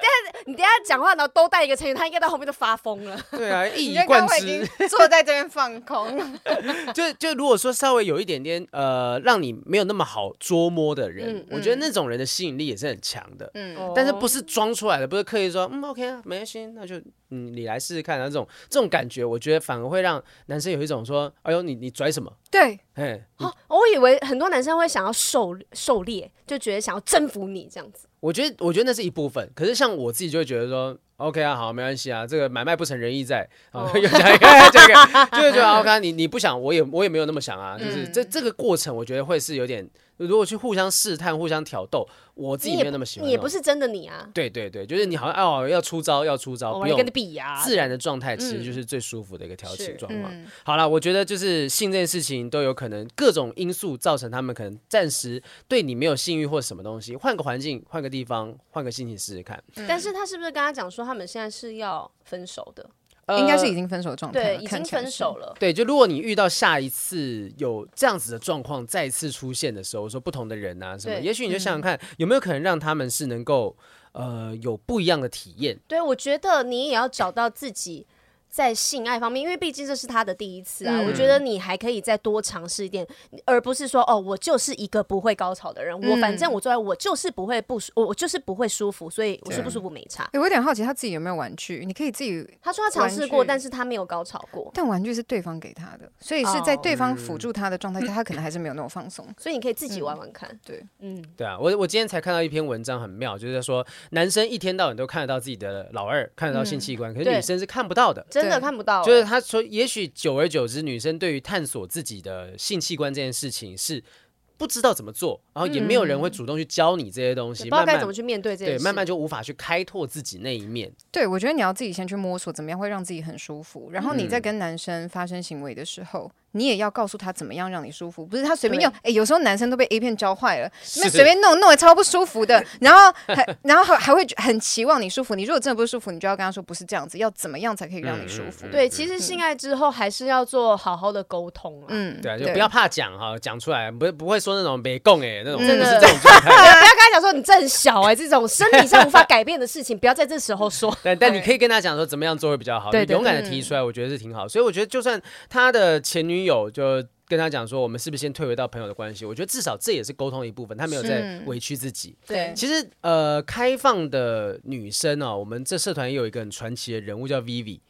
但你等一下讲话，然后都带一个成语，他应该到后面都发疯了。 [laughs] 对啊，一语，以你就贯看我已之。经坐在这边放空 [laughs] 了。就就如果说稍微有一点点呃，让你没有那么好捉摸的人，嗯哦我觉得那种人的吸引力也是很强的。嗯，但是不是装出来的，不是刻意说嗯 OK 啊，没关系，那就嗯你来试试看啊，这种这种感觉，我觉得反而会让男生有一种说，哎呦你你拽什么？对，哎，哦，我以为很多男生会想要狩狩猎，就觉得想要征服你这样子。我觉得我觉得那是一部分，可是像我自己就会觉得说。OK 啊，好，没关系啊，这个买卖不成仁义在，好，哦 [laughs] 又加一个，这个就是觉得 OK，啊你你不想，我也我也没有那么想嗯啊，就是这这个过程，我觉得会是有点，如果去互相试探、互相挑逗，我自己你没也有不那么喜欢你那种，也不是真的你啊，对对对，就是你好像哦要出招要出招，我不来用跟你比呀、啊。自然的状态其实嗯就是最舒服的一个调情是状况。嗯，好了，我觉得就是性这件事情都有可能各种因素造成他们可能暂时对你没有性欲或什么东西，换个环境、换个地方、换个心情试试看，嗯但是他是不是跟他讲说他们现在是要分手的？呃应该是已。经分手的状态对，了，已看经起来分是手了。对，就如果你遇到下一次有这样子的状况再次出现的时候，我说不同的人啊什么，对也许你就想想看，有没有可能让他们是能够呃有不一样的体验，对，我觉得你也要找到自己在性爱方面，因为毕竟这是他的第一次啊。嗯我觉得你还可以再多尝试一点，而不是说哦，我就是一个不会高潮的人，我反嗯正我做爱我就是不会不舒，我我就是不会舒服，所以我舒不舒服没差。诶我有点好奇他自己有没有玩具，你可以自己，他说他尝试过，玩具但是他没有高潮过，但玩具是对方给他的，所以是在哦对方辅助他的状态下，他可能还是没有那种放松。所以你可以自己玩玩看。对，嗯，对啊，我我今天才看到一篇文章，很妙，就是在说男生一天到晚都看得到自己的老二，看得到性器官，可是嗯对女生是看不到的。真的对看不到欸、就是他说，也许久而久之，女生对于探索自己的性器官这件事情是不知道怎么做，然后也没有人会主动去教你这些东嗯不西，知道慢该慢怎么去面对这件对，事。慢慢就无法去开拓自己那一面。对，嗯我觉得你要自己先去摸索怎么样会让自己很舒服，然后你在跟男生发生行为的时候，你也要告诉他怎么样让你舒服，不是他随便用。哎、有时候男生都被 A 片教坏了，那是随便弄弄也超不舒服的，然后还然后还还会很期望你舒服。你如果真的不舒服，你就要跟他说不是这样子，要怎么样才可以让你嗯舒服？对，其实性爱之后还是要做好好的沟通啊。嗯，对啊，就不要怕讲哈，讲出来不不会说那种没供哎那种，真不的是这种状态。不 [laughs] 要不要跟他讲说你这很小哎、这种生理上无法改变的事情，不要在这时 [laughs] 候说。但但你可以跟他讲说怎么样做会比较好，对你对勇敢的提出来，我觉得是挺好。所以我觉得就算他的前女友就跟他讲说，我们是不是先退回到朋友的关系？我觉得至少这也是沟通的一部分，他没有在是委屈自己。对其实呃，开放的女生哦，我们这社团也有一个很传奇的人物叫 Vivi。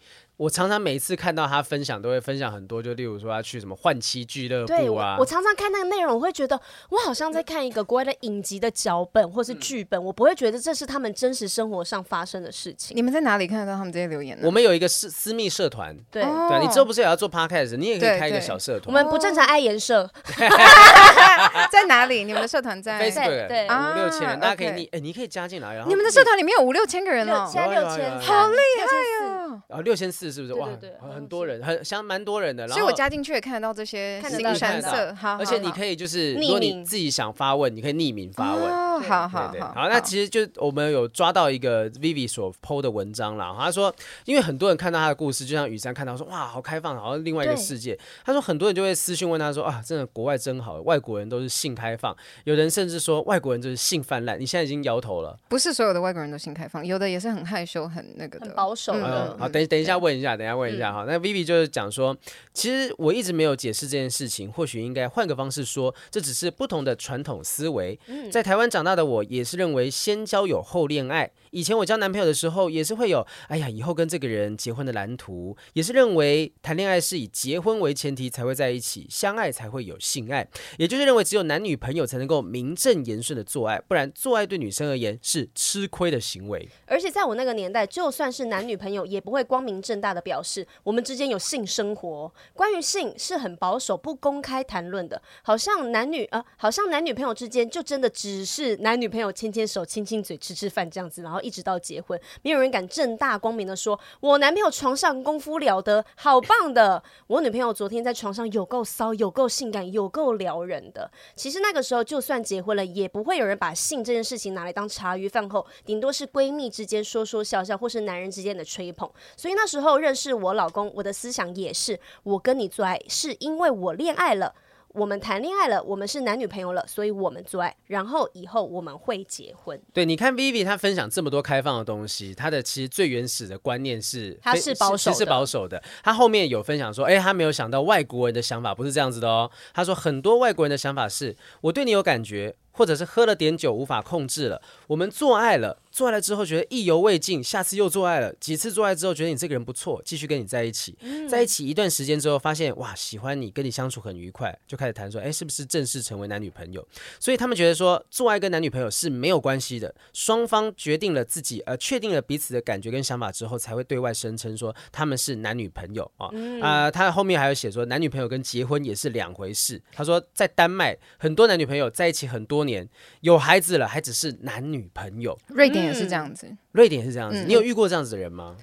我常常每一次看到她分享，都会分享很多，就例如说她去什么换妻俱乐对部我啊，，我常常看那个内容，我会觉得我好像在看一个国外的影集的脚本或是剧嗯本，我不会觉得这是他们真实生活上发生的事情。你们在哪里看得到他们这些留言呢？我们有一个私私密社团，对，哦对啊，你之后不是也要做 podcast，你也可以对开一个对小社我团。们不正常爱颜社， [laughs] 在哪里？你们的社团 [laughs] 在 Facebook 对五六千啊人，大家可以 OK 你哎，你可以加进来，然后你们的社团里面有五六千个人六哦，现在有啊六有啊有啊千，好厉害哦！啊六千四是不是？对哇对对，很好很像多人，很相蛮多人的。然所以后我加进去也看得到这些看得到新山看得色，好，而且你可以以就是，匿如果你名自己想发问，你可以匿名发问。哦，好对好对，好，好，那其实就我们有抓到一个 Vivi 所 PO 的文章啦。然后他说，因为很多人看到他的故事，就像雨珊看到说，哇，好开放，好像另外一个对世界。他说，很多人就会私讯问他说，啊，真的国外真好，外国人都是性开放，有人甚至说外国人就是性泛滥。你现在已经摇头了，不是所有的外国人都性开放，有的也是很害羞、很那个的，很保守哎呦的。好，等等一下问一下，等一下问一下哈。那 Vivi 就是讲说，其实我一直没有解释这件事情，或许应该换个方式说，这只是不同的传统思维。在台湾长大的我也是认为先交友后恋爱。以前我交男朋友的时候，也是会有，哎呀，以后跟这个人结婚的蓝图，也是认为谈恋爱是以结婚为前提才会在一起，相爱才会有性爱，也就是认为只有男女朋友才能够名正言顺的做爱，不然做爱对女生而言是吃亏的行为。而且在我那个年代，就算是男女朋友，也不会光明正大的表示我们之间有性生活。哦关于性是很保守、不公开谈论的，好像男女呃，好像男女朋友之间就真的只是男女朋友牵牵手、亲亲嘴、吃吃饭这样子，然后一直到结婚，没有人敢正大光明的说，我男朋友床上功夫了得，好棒的。我女朋友昨天在床上有够骚、有够性感、有够撩人的。其实那个时候，就算结婚了，也不会有人把性这件事情拿来当茶余饭后，顶多是闺蜜之间说说笑笑，或是男人之间的吹捧。所以那时候认识我老公，我的思想也是，我跟你做爱是因为我恋爱了。我们谈恋爱了，我们是男女朋友了，所以我们做爱，然后以后我们会结婚。对，你看 Vivi 她分享这么多开放的东西，她的其实最原始的观念是，她非是保守是是的保守的。她后面有分享说，哎，她没有想到外国人的想法不是这样子的哦。她说很多外国人的想法是，我对你有感觉，或者是喝了点酒无法控制了，我们做爱了，做爱了之后觉得意犹未尽，下次又做爱了，几次做爱之后觉得你这个人不错，继续跟你在一起，嗯在一起一段时间之后发现哇喜欢你，跟你相处很愉快，就开始谈说，哎，是不是正式成为男女朋友？所以他们觉得说，做爱跟男女朋友是没有关系的，双方决定了自己呃，确定了彼此的感觉跟想法之后，才会对外声称说他们是男女朋友啊。啊、嗯他后面还有写说，男女朋友跟结婚也是两回事。他说，在丹麦，很多男女朋友在一起很多年，有孩子了，还只是男女朋友。瑞嗯典也是这样子。瑞典也是这嗯样子，你有遇过这样子的人吗？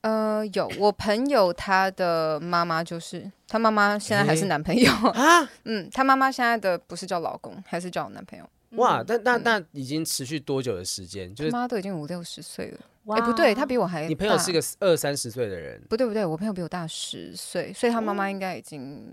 呃，有我朋友他的妈妈就是，他妈妈现在还是男朋友啊， [laughs] 嗯，他妈妈现在的不是叫老公，还是叫男朋友，哇，那那那已经持续多久的时间？就他是嗯妈都已经五六十岁了。哇哎、不对，他比我还你朋友大是个二三十岁的人，不对不对，我朋友比我大十岁，所以他妈妈应该已经、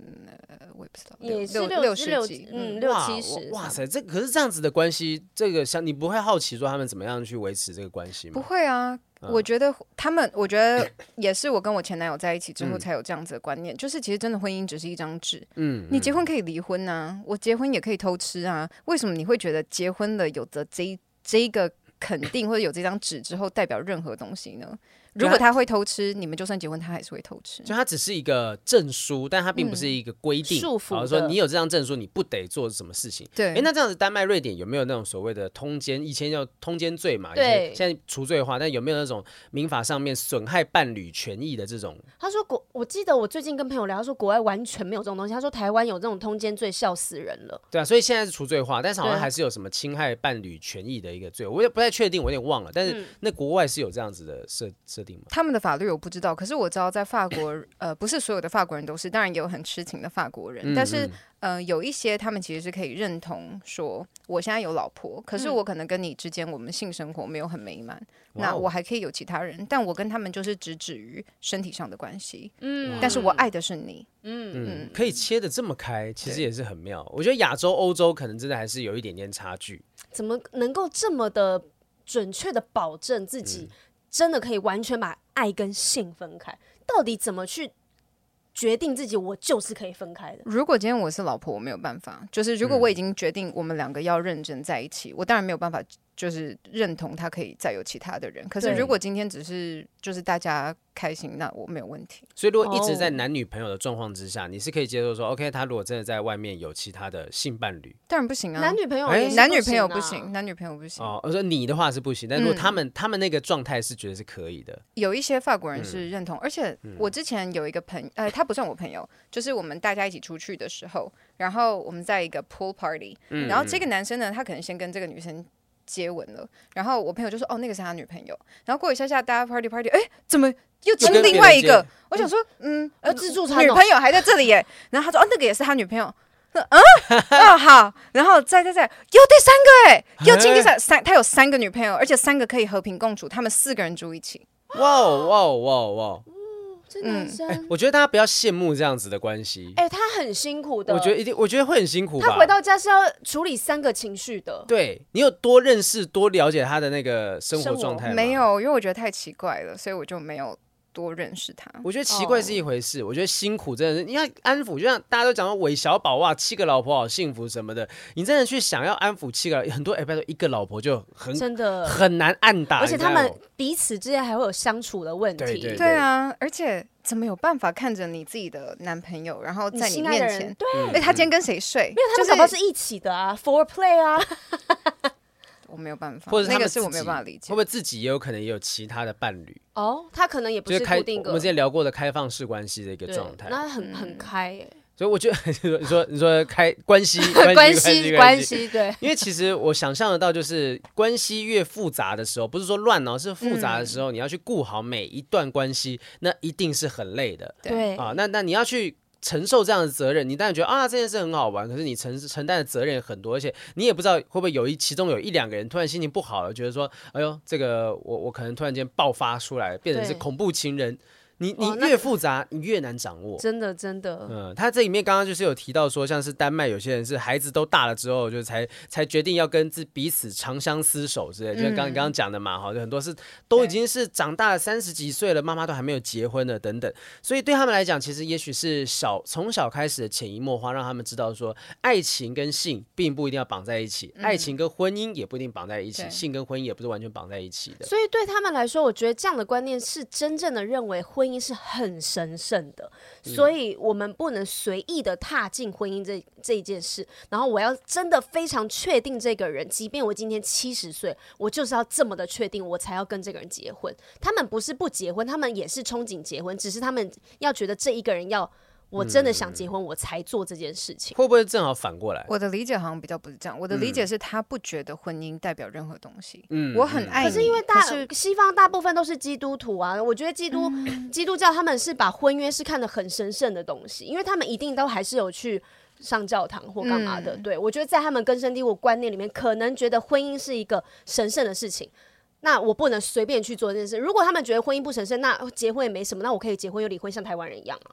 呃，我也不知道，也是六六十六几，嗯嗯，六哇七十哇哇塞，这可是这样子的关系，这个像你不会好奇说他们怎么样去维持这个关系不吗？会啊。嗯我觉得他们，我觉得也是我跟我前男友在一起之后嗯才有这样子的观念，就是其实真的婚姻只是一张纸，嗯，你嗯结婚可以离婚啊，我结婚也可以偷吃啊，为什么你会觉得结婚了有着这一这一个肯定或者有这张纸之后代表任何东西呢？对啊如果他会偷吃，你们就算结婚，他还是会偷吃。就它只是一个证书，但它并不是一个规定，嗯束缚好说的你有这张证书，你不得做什么事情。对，哎、那这样子，丹麦、瑞典有没有那种所谓的通奸？以前叫通奸罪嘛，对以前现在除罪化，但有没有那种民法上面损害伴侣权益的这种？他说国，我记得我最近跟朋友聊，他说国外完全没有这种东西。他说台湾有这种通奸罪，笑死人了。对啊，所以现在是除罪化，但是好像对还是有什么嗯侵害伴侣权益的一个罪，我也不太确定，我有点忘了。但是那国外是有这样子的设设设定吗？他们的法律我不知道，可是我知道在法国，呃，不是所有的法国人都是，当然也有很痴情的法国嗯人，但是呃，有一些他们其实是可以认同说，我现在有老婆，可是我可能跟你之间我们性生活没有很美满，哇那哦我还可以有其他人，但我跟他们就是只止于身体上的关系，哇嗯但是我爱的是你，嗯，可以切的这么开，其实也是很妙。我觉得亚洲、欧洲可能真的还是有一点点差距。怎么能够这么的准确的保证自己嗯真的可以完全把爱跟性分开？到底怎么去决定自己我就是可以分开的？如果今天我是老婆，我没有办法。就是如果嗯我已经决定我们两个要认真在一起，我当然没有办法，就是认同他可以再有其他的人。可是对如果今天只是就是大家开心，那我没有问题。所以，如果一直在哦男女朋友的状况之下，你是可以接受说，OK，他如果真的在外面有其他的性伴侣，当然不行啊，男女朋友哎也是男女朋友不不行啊行，男女朋友不行。啊哦，我说你的话是不行，但如果嗯他们、他们那个状态是觉得是可以的，有一些法国人嗯是认同，而且我之前有一个朋呃，他不算我朋友，就是我们大家一起出去的时候，然后我们在一个 pool party，、然嗯后这个男生呢，他可能先跟这个女生。接吻了，然后我朋友就说：“哦，那个是他女朋友。”然后过一下下，大家 party party，哎，怎么又就跟跟别另人外一接个？我想说，嗯，啊，要自助餐女哦朋友还在这里耶。然后他说：“哦，那个也是他女朋友。”那 [laughs] 嗯，哦好，然后再再再，有第三个哎，又进第三三，他有三个女朋友，而且三个可以和平共处，他们四个人住一起。哇哦哇哦哇哦哇哦！这男生，我觉得大家不要羡慕这样子的关系，哎、他很辛苦的。我觉得一定，我觉得会很辛苦吧。他回到家是要处理三个情绪的。对你有多认识、多了解他的那个生活生活状态吗没。有，因为我觉得太奇怪了，所以我就没有多认识他。我觉得奇怪是一回事，我觉得辛苦真的是，你看安抚，就像大家都讲到韦小宝哇，七个老婆好幸福什么的，你真的去想要安抚七个，很多哎，拜托一个老婆就很真的，很难按打，而且你知他道吗们彼此之间还会有相处的问题。对对对啊，而且怎么有办法看着你自己的男朋友，然后你在你心爱面的前人，？对，啊嗯哎、他今天跟谁睡？因为他们就是搞不好是一起的啊，for play 啊，嗯我没有办法，或者是那他们个是我自没有己办法理解。会不会自己也有可能也有其他的伴侣，哦，他可能也不就是是开固定我个们之前聊过的开放式关系的一个对状态，那很很开耶，所以我觉得 [laughs] 你说你说开关系关系系关关，系对，因为其实我想象得到，就是关系越复杂的时候，不是说乱哦，是复杂的嗯时候，你要去顾好每一段关系，那一定是很累的对啊。那那你要去。承受这样的责任，你当然觉得啊这件事很好玩，可是你承承担的责任也很多，而且你也不知道会不会有一其中有一两个人突然心情不好了，觉得说，哎呦，这个我我可能突然间爆发出来，变成是对恐怖情人。你你哇那越复杂，你越难掌握。真的真的，嗯，他这里面刚刚就是有提到说，像是丹麦有些人是孩子都大了之后，就是才才决定要跟自彼此长相厮守之类的，就像嗯刚你刚刚讲的嘛，哈，就很多是都已经是长大了三十几岁了，妈妈都还没有结婚的等等，所以对他们来讲，其实也许是小从小开始的潜移默化，让他们知道说，爱情跟性并不一定要绑在一起，爱情跟婚姻也不一定绑在一起，嗯对性跟婚姻也不是完全绑在一起的。所以对他们来说，我觉得这样的观念是真正的认为婚姻是很神圣的，所嗯以我们不能随意的踏进婚姻这这一件事。然后我要真的非常确定这个人，即便我今天七十岁，我就是要这么的确定，我才要跟这个人结婚。他们不是不结婚，他们也是憧憬结婚，只是他们要觉得这一个人要。我嗯真的想结婚，我才做这件事情。会不会正好反过来？我的理解好像比较不是这样，我的理解是他不觉得婚姻代表任何东西。嗯我很爱你，可是因为大是西方大部分都是基督徒啊，我觉得基督、嗯基督教他们是把婚约是看得很神圣的东西，因为他们一定都还是有去上教堂或干嘛嗯的。对我觉得在他们根深蒂固观念里面，可能觉得婚姻是一个神圣的事情。那我不能随便去做这件事。如果他们觉得婚姻不神圣，那结婚也没什么，那我可以结婚又离婚，像台湾人一样啊。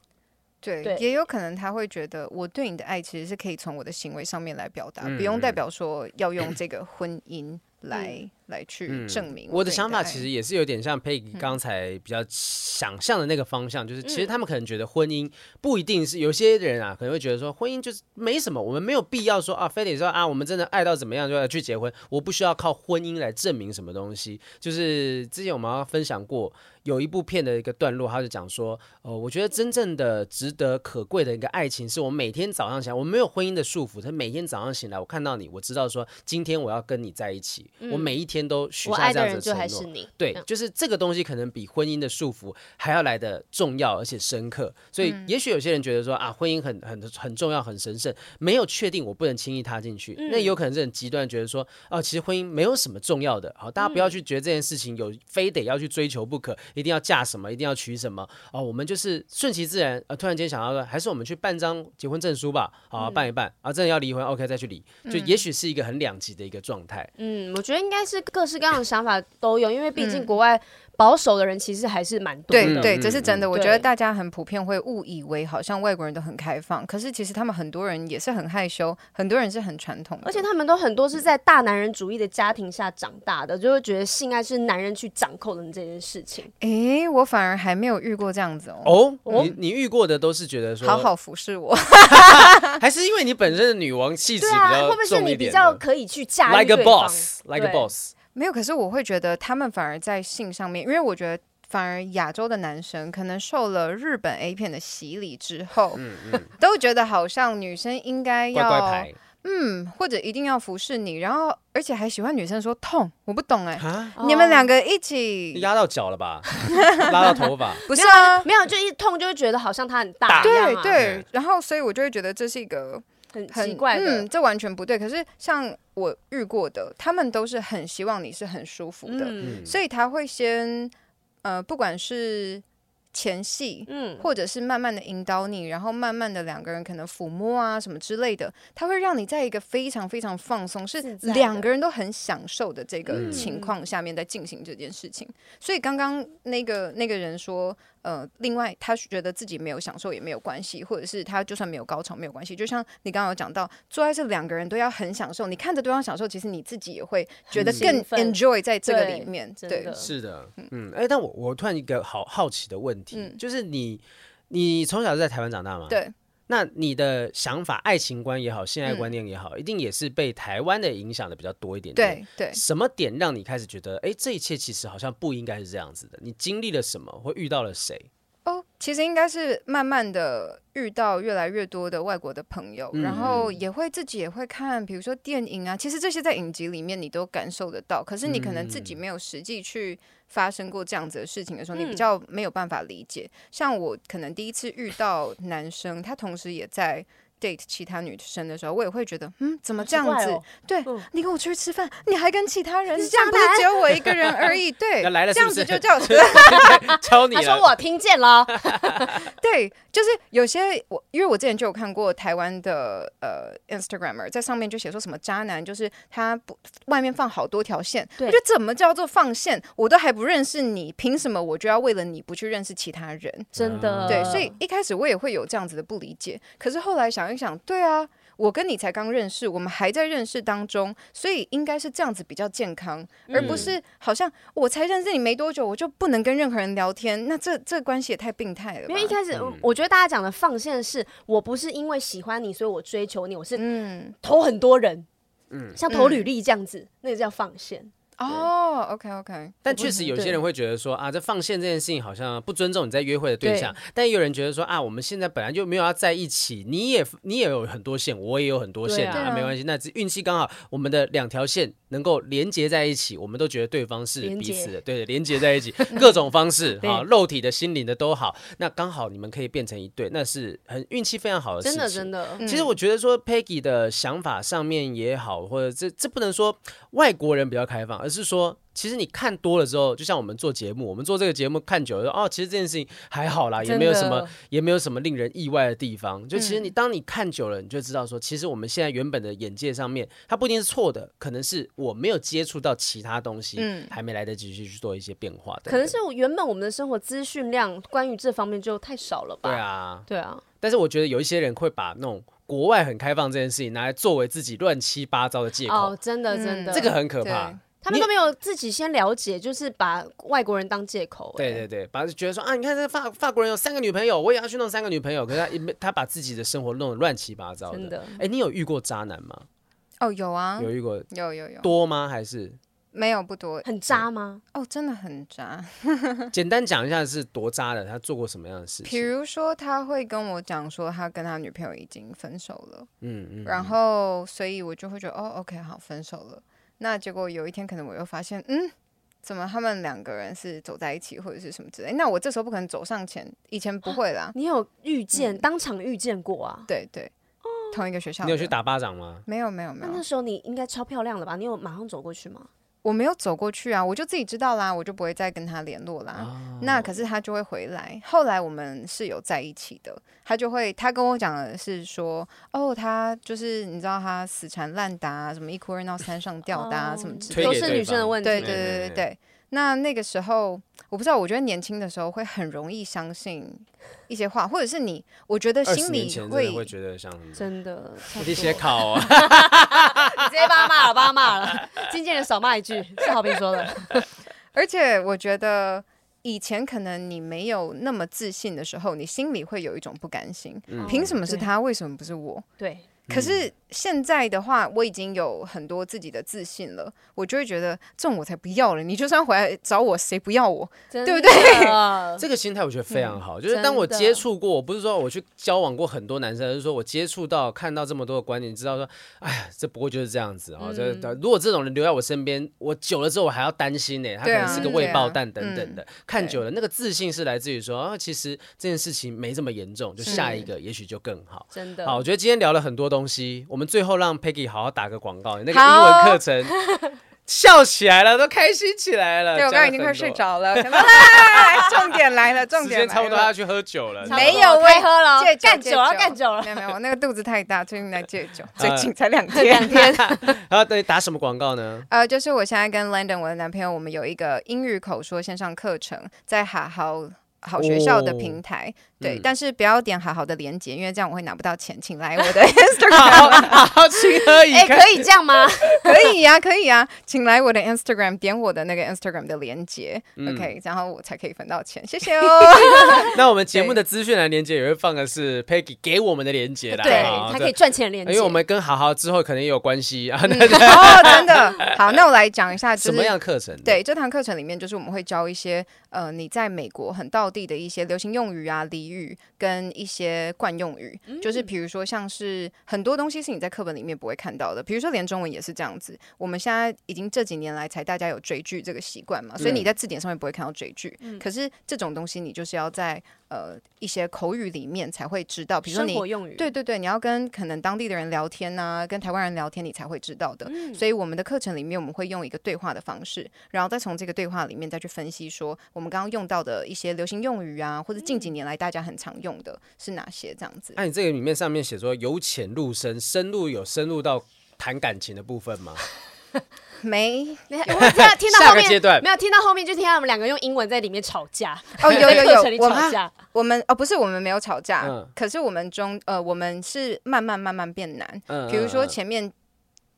对，对也有可能他会觉得我对你的爱其实是可以从我的行为上面来表嗯达，不用代表说要用这个婚姻来、来去证明嗯我的对你嗯想法爱其实也是有点像 Peggy 刚才比较想象的那个方向，就是其嗯实他们可能觉得婚姻不一定是有些人啊，可能会觉得说婚姻就是没什么，我们没有必要说啊，非得说啊，我们真的爱到怎么样就要去结婚，我不需要靠婚姻来证明什么东西。就是之前我们要分享过有一部片的一个段落，他就讲说，呃，我觉得真正的值得可贵的一个爱情，是我每天早上起来，我没有婚姻的束缚，他每天早上醒来，我看到你，我知道说今天我要跟你在一起，我每一天。天都许嗯我下爱这的样子人的就承诺还是。你。对嗯，就是这个东西可能比婚姻的束缚还要来的重要，而且深刻。所嗯以，也许有些人觉得说啊，婚姻很很很重要、很神圣，没有确定，我不能轻易踏进去。那嗯也有可能是很极端，觉得说啊，其实婚姻没有什么重要的。好，大家不嗯要去觉得这件事情有非得要去追求不可，一定要嫁什么，一定要娶什么啊。我们就是顺其自然。啊，突然间想到说，还是我们去办张结婚证书吧，啊，嗯办一办啊，真的要离婚，OK 再去离，就也许是一个很两极的一个状态。嗯，我觉得应该是各式各样的想法都有，因为毕竟国外保守的人其实还是蛮多的。对嗯对，嗯这是真的。嗯我觉得对大家很普遍会误以为好像外国人都很开放，可是其实他们很多人也是很害羞，很多人是很传统的。而且他们都很多是在大男人主义的家庭下长大的，就会觉得性爱是男人去掌控的这件事情。诶，我反而还没有遇过这样子哦。哦，你你遇过的都是觉得说，好好服侍我， [laughs] [laughs] 还是因为你本身的女王气质对比啊，较会不会是重你一比点较的可以去驾驭，like 对 a 方 boss，like a 对 boss，没有。可是我会觉得他们反而在性上面，因为我觉得反而亚洲的男生可能受了日本 A 片的洗礼之后， [laughs] 都觉得好像女生应该嗯乖要乖牌嗯，或者一定要服侍你，然后而且还喜欢女生说痛，我不懂哎、啊，哦你们两个个一起 [laughs] 压到脚了 [laughs] 吧，拉到头发，不是啊？没有就一痛就会觉得好像他很大大一样对啊，对，然后所以我就会觉得这是一个很很奇怪的嗯，。这完全不对。可是像我遇过的，他们都是很希望你是很舒服的，嗯嗯所以他会先呃，不管是前戏，嗯，或者是慢慢的引导你，然后慢慢的两个人可能抚摸啊什么之类的，它会让你在一个非常非常放松，是自在的两个人都很享受的这个嗯情况下面在进行这件事情。所以刚刚那个那个人说，呃，另外他觉得自己没有享受也没有关系，或者是他就算没有高潮没有关系，就像你刚刚有讲到，做爱是两个人都要很享受，你看着对方享受，其实你自己也会觉得很更兴奋 enjoy 在这个对里面，真对的。是的，嗯，哎，但我我突然一个好好奇的问题，嗯就是你你从小是在台湾长大吗？对，那你的想法、爱情观也好，性爱观念也嗯好，一定也是被台湾的影响的比较多一点点。对对，什么点让你开始觉得，哎，这一切其实好像不应该是这样子的？你经历了什么，或遇到了谁？哦，其实应该是慢慢的遇到越来越多的外国的朋友，然嗯后也会自己也会看，比如说电影啊，其实这些在影集里面你都感受得到，可是你可能自己嗯没有实际去发生过这样子的事情的时候，你比较没有办法理解。像我可能第一次遇到男生，他同时也在。date 其他女生的时候，我也会觉得，嗯，怎么这样好奇子？怪哦对、嗯你跟我出去吃饭，你还跟其他人，是这样不渣是男只有我一个人而已？哎 [laughs] 对，要来了是这样不子是就叫 [laughs] 敲你啊他了。说我听 [laughs] 见了，对，就是有些我，因为我之前就有看过台湾的呃 Instagramer 在上面就写说什么渣男，就是他不外面放好多条线，对我觉得怎么叫做放线？我都还不认识你，凭什么我就要为了你不去认识其他人？真的。对，所以一开始我也会有这样子的不理解，可是后来想一想，对啊，我跟你才刚认识，我们还在认识当中，所以应该是这样子比较健康，而嗯不是好像我才认识你没多久，我就不能跟任何人聊天，那这这关系也太病态了吧。因为一开始嗯我觉得大家讲的放线是，我不是因为喜欢你所以我追求你，我是嗯，投很多人，嗯像投履历这样子，那个叫放线。哦，OK OK，但确实有些人会觉得说啊，这放线这件事情好像不尊重你在约会的对象。但也有人觉得说啊，我们现在本来就没有要在一起，你也你也有很多线，我也有很多线对啊，啊啊没关系。那只运气刚好，我们的两条线能够连接在一起，我们都觉得对方是连彼接此的，对，连接在一起， [laughs] 各种方式 [laughs] 对啊，肉体的、心灵的都好。那刚好你们可以变成一对，那是很运气非常好的事真情。的真的，其实我觉得说 Peggy 的想法上面也好，或者这这不能说外国人比较开放，而是说其实你看多了之后，就像我们做节目，我们做这个节目看久了说，哦，其实这件事情还好啦，也没有什么，也没有什么令人意外的地方。就其实你当你看久了，你就知道说，其实我们现在原本的眼界上面，它不一定是错的，可能是我没有接触到其他东西，嗯还没来得及去做一些变化等等可能是我原本我们的生活资讯量关于这方面就太少了吧？对，啊，对啊，但是我觉得有一些人会把那种国外很开放这件事情拿来作为自己乱七八糟的借口。哦，真的嗯真的，这个很可怕对。他们都没有自己先了解，就是把外国人当借口、欸对对对，把觉得说啊，你看这个法法国人有三个女朋友，我也要去弄三个女朋友，可是他一他把自己的生活弄得乱七八糟真的。的。哎，你有遇过渣男吗？哦，有啊，有遇过有有有，多吗？还是没有不多很渣吗？哦，真的很渣。简单讲一下是多渣的？他做过什么样的事 [laughs] 比情？如说，他会跟我讲说，他跟他女朋友已经分手了，嗯嗯，然后所以我就会觉得，哦，OK，好，分手了。那结果有一天，可能我又发现，嗯，怎么他们两个人是走在一起，或者是什么之类？那我这时候不可能走上前，以前不会啊啦。你有遇见、当场遇见过啊？嗯对对，同一个学校。哦你有去？打巴掌吗？没有没有没那那有，时候你应该超漂亮的吧？你有马上走过去吗？我没有走过去啊，我就自己知道啦，我就不会再跟他联络啦。啊哦那可是他就会回来。后来我们是有在一起的，他就会他跟我讲的是说，哦，他就是你知道他死缠烂打、啊，什么一哭二闹三上吊的、啊哦什么之类推的都给是对女生的方问题。对对对对对对对对。那那个时候，我不知道，我觉得年轻的时候会很容易相信一些话，或者是你，我觉得二十心年里前真会的会觉得像什么？[laughs] 真的，差不你多写考啊，你直接把他骂了，把他骂了。经纪人少骂一句，是好评说的。 [laughs] 而且我觉得以前可能你没有那么自信的时候，你心里会有一种不甘心，嗯凭什么是对他，为什么不是我？对，可是现在的话，我已经有很多自己的自信了，我就会觉得这种我才不要了。你就算回来找我，谁不要我？真对不的？啊 [laughs] 这个心态我觉得非常嗯好，就是真当我的接触过，我不是说我去交往过很多男生，而是说我接触到看到这么多的观点，知道说，哎呀，这不过就是这样子嗯啊、哦。这、如果这种人留在我身边，我久了之后我还要担心欸呢、他可对啊能是个嗯未对啊爆弹等等的。看久了，那个自信是来自于说，啊，其实这件事情没这么严重，就下一个也许就更好。真的。好，我觉得今天聊了很多东西，我们最后让 Peggy 好好打个广告，你那个英好文课程笑起来了，都开心起来了。对我讲刚刚呃了已经很快睡多，着了。 [laughs] 想到哎重点来了，重时点间差不来多要了。去喝酒了。差不多呃没有我开喝了，戒酒干戒久了，酒干久了。没有没有，我那个肚子太大，最近来戒 [laughs] 酒，最呃近才两天。两天， [laughs] 然后对打什么广告呢？ [laughs] 呃，就是我现在跟 Landon 我的男朋友，我们有一个英语口说线上课程，在好好好学校的平台，对，嗯但是不要点好好的连接，因为这样我会拿不到钱，请来我 [laughs] 的 Instagram，好好，情何以哎， [laughs] 堪？可以这样吗？可以呀、可以呀、请来我的 Instagram，点我的那个 Instagram 的连接、嗯 o k 然后我才可以分到钱，谢谢哦。那我们节目的资讯栏连接也会放的是 Peggy 给我们的连接啦。对好，他可以。赚钱的连接。因哎为我们跟好好之后可能也有关系啊， [laughs] 那哦，真的，好，那我来讲一下，就什是么样课程？，对，这堂课程里面就是我们会教一些呃你在美国很道地的一些流行用语啊、俚语跟一些惯用语，就是比如说像是很多东西是你在课本里面不会看到的，比如说连中文也是这样子。我们现在已经这几年来才大家有追剧这个习惯嘛，所以你嗯在字典上面不会看到追剧，可是这种东西你就是要在呃一些口语里面才会知道，比如说生你活用语，对对对，你要跟可能当地的人聊天呐、跟台湾人聊天，你才会知道的。嗯所以我们的课程里面，我们会用一个对话的方式，然后再从这个对话里面再去分析说，我们刚刚用到的一些流行用语啊，或者近嗯几年来大家很常用的是哪些这样子。啊啊那你这个里面上面写说由浅入深，深入有深入到谈感情的部分吗？ [laughs] 没你看 [laughs] 我听到听到下后个面阶段没有听到后面，就听到他们两个用英文在里面吵 [laughs] 架，哦，有有在课程有，里我吵们架，我们哦不是我们没有吵架，嗯可是我们中呃我们是慢慢慢慢变难，嗯比如嗯说嗯前面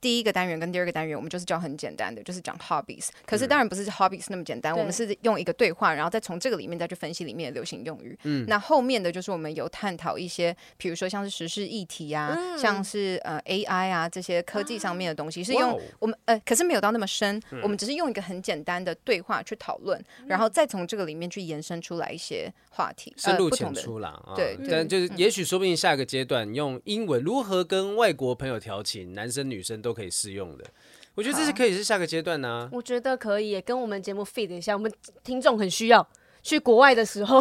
第一个单元跟第二个单元，我们就是教很简单的，就是讲 hobbies。可是当然不是 hobbies 那么简单，对我们是用一个对话，然后再从这个里面再去分析里面的流行用语。嗯，那后面的就是我们有探讨一些，比如说像是时事议题啊，像是呃 AI 啊这些科技上面的东西，是嗯哇哦用我们呃，可是没有到那么深，我们只是用一个很简单的对话去讨论，嗯然后再从这个里面去延伸出来一些话题，深呃、入不浅同的。出啦，啊对嗯但就是也许说不定下个阶段用英文如何跟外国朋友调情，男生女生都可以适用的。我觉得这是可以是下个阶段啊呢。我觉得可以耶跟我们节目 fit 一下，我们听众很需要。去国外的时候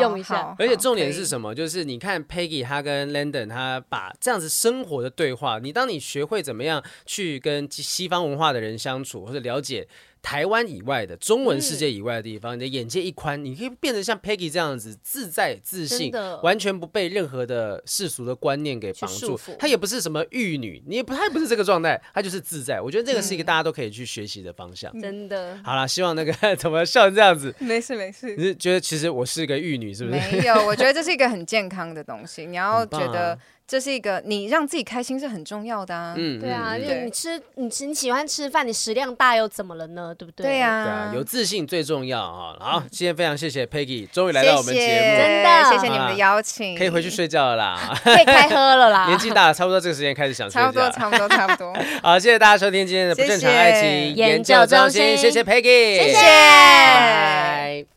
[laughs] 用一 [laughs] 下，，而且重点是么？什么？就是你看 Peggy 她跟 Landon 她把这样子生活的对话，你当你学会怎么样去跟西西方文化的人相处，或者了解台湾以外的中文世界嗯以外的地方，你的眼界一宽，你可以变得像 Peggy 这样子自在自真信，的完全不被任何的世俗的观念给绑住束缚。她也不是什么玉女，你也不，她也不是这个状态，她就是自在。我觉得这个嗯是一个大家都可以去学习的方嗯向。真的。好啦，希望那个 [laughs] 怎么笑成这样子？没事没事你，是觉得其实我是个玉女，是不是？没有，我觉得这是一个很健康的东西。你要很棒觉啊得这是一个你让自己开心是很重要的啊。 [laughs] 嗯，对啊，嗯嗯因对为你吃你吃你喜欢吃饭，你食量大又怎么了呢？对不对？对对啊呀，，有自信最重要啊！好，今天非常谢谢 Peggy，终于来到我们节目，真的谢谢你们的邀请，可以回去，睡觉了啦。可以开喝了 [laughs] 啦。年纪大了，差不多这个时间开始想睡差不觉多。差不多差不多，好，谢谢大家收听今天的不正常谢谢爱情研研究究中中心，[laughs] 谢心谢 Peggy，谢谢谢。拜。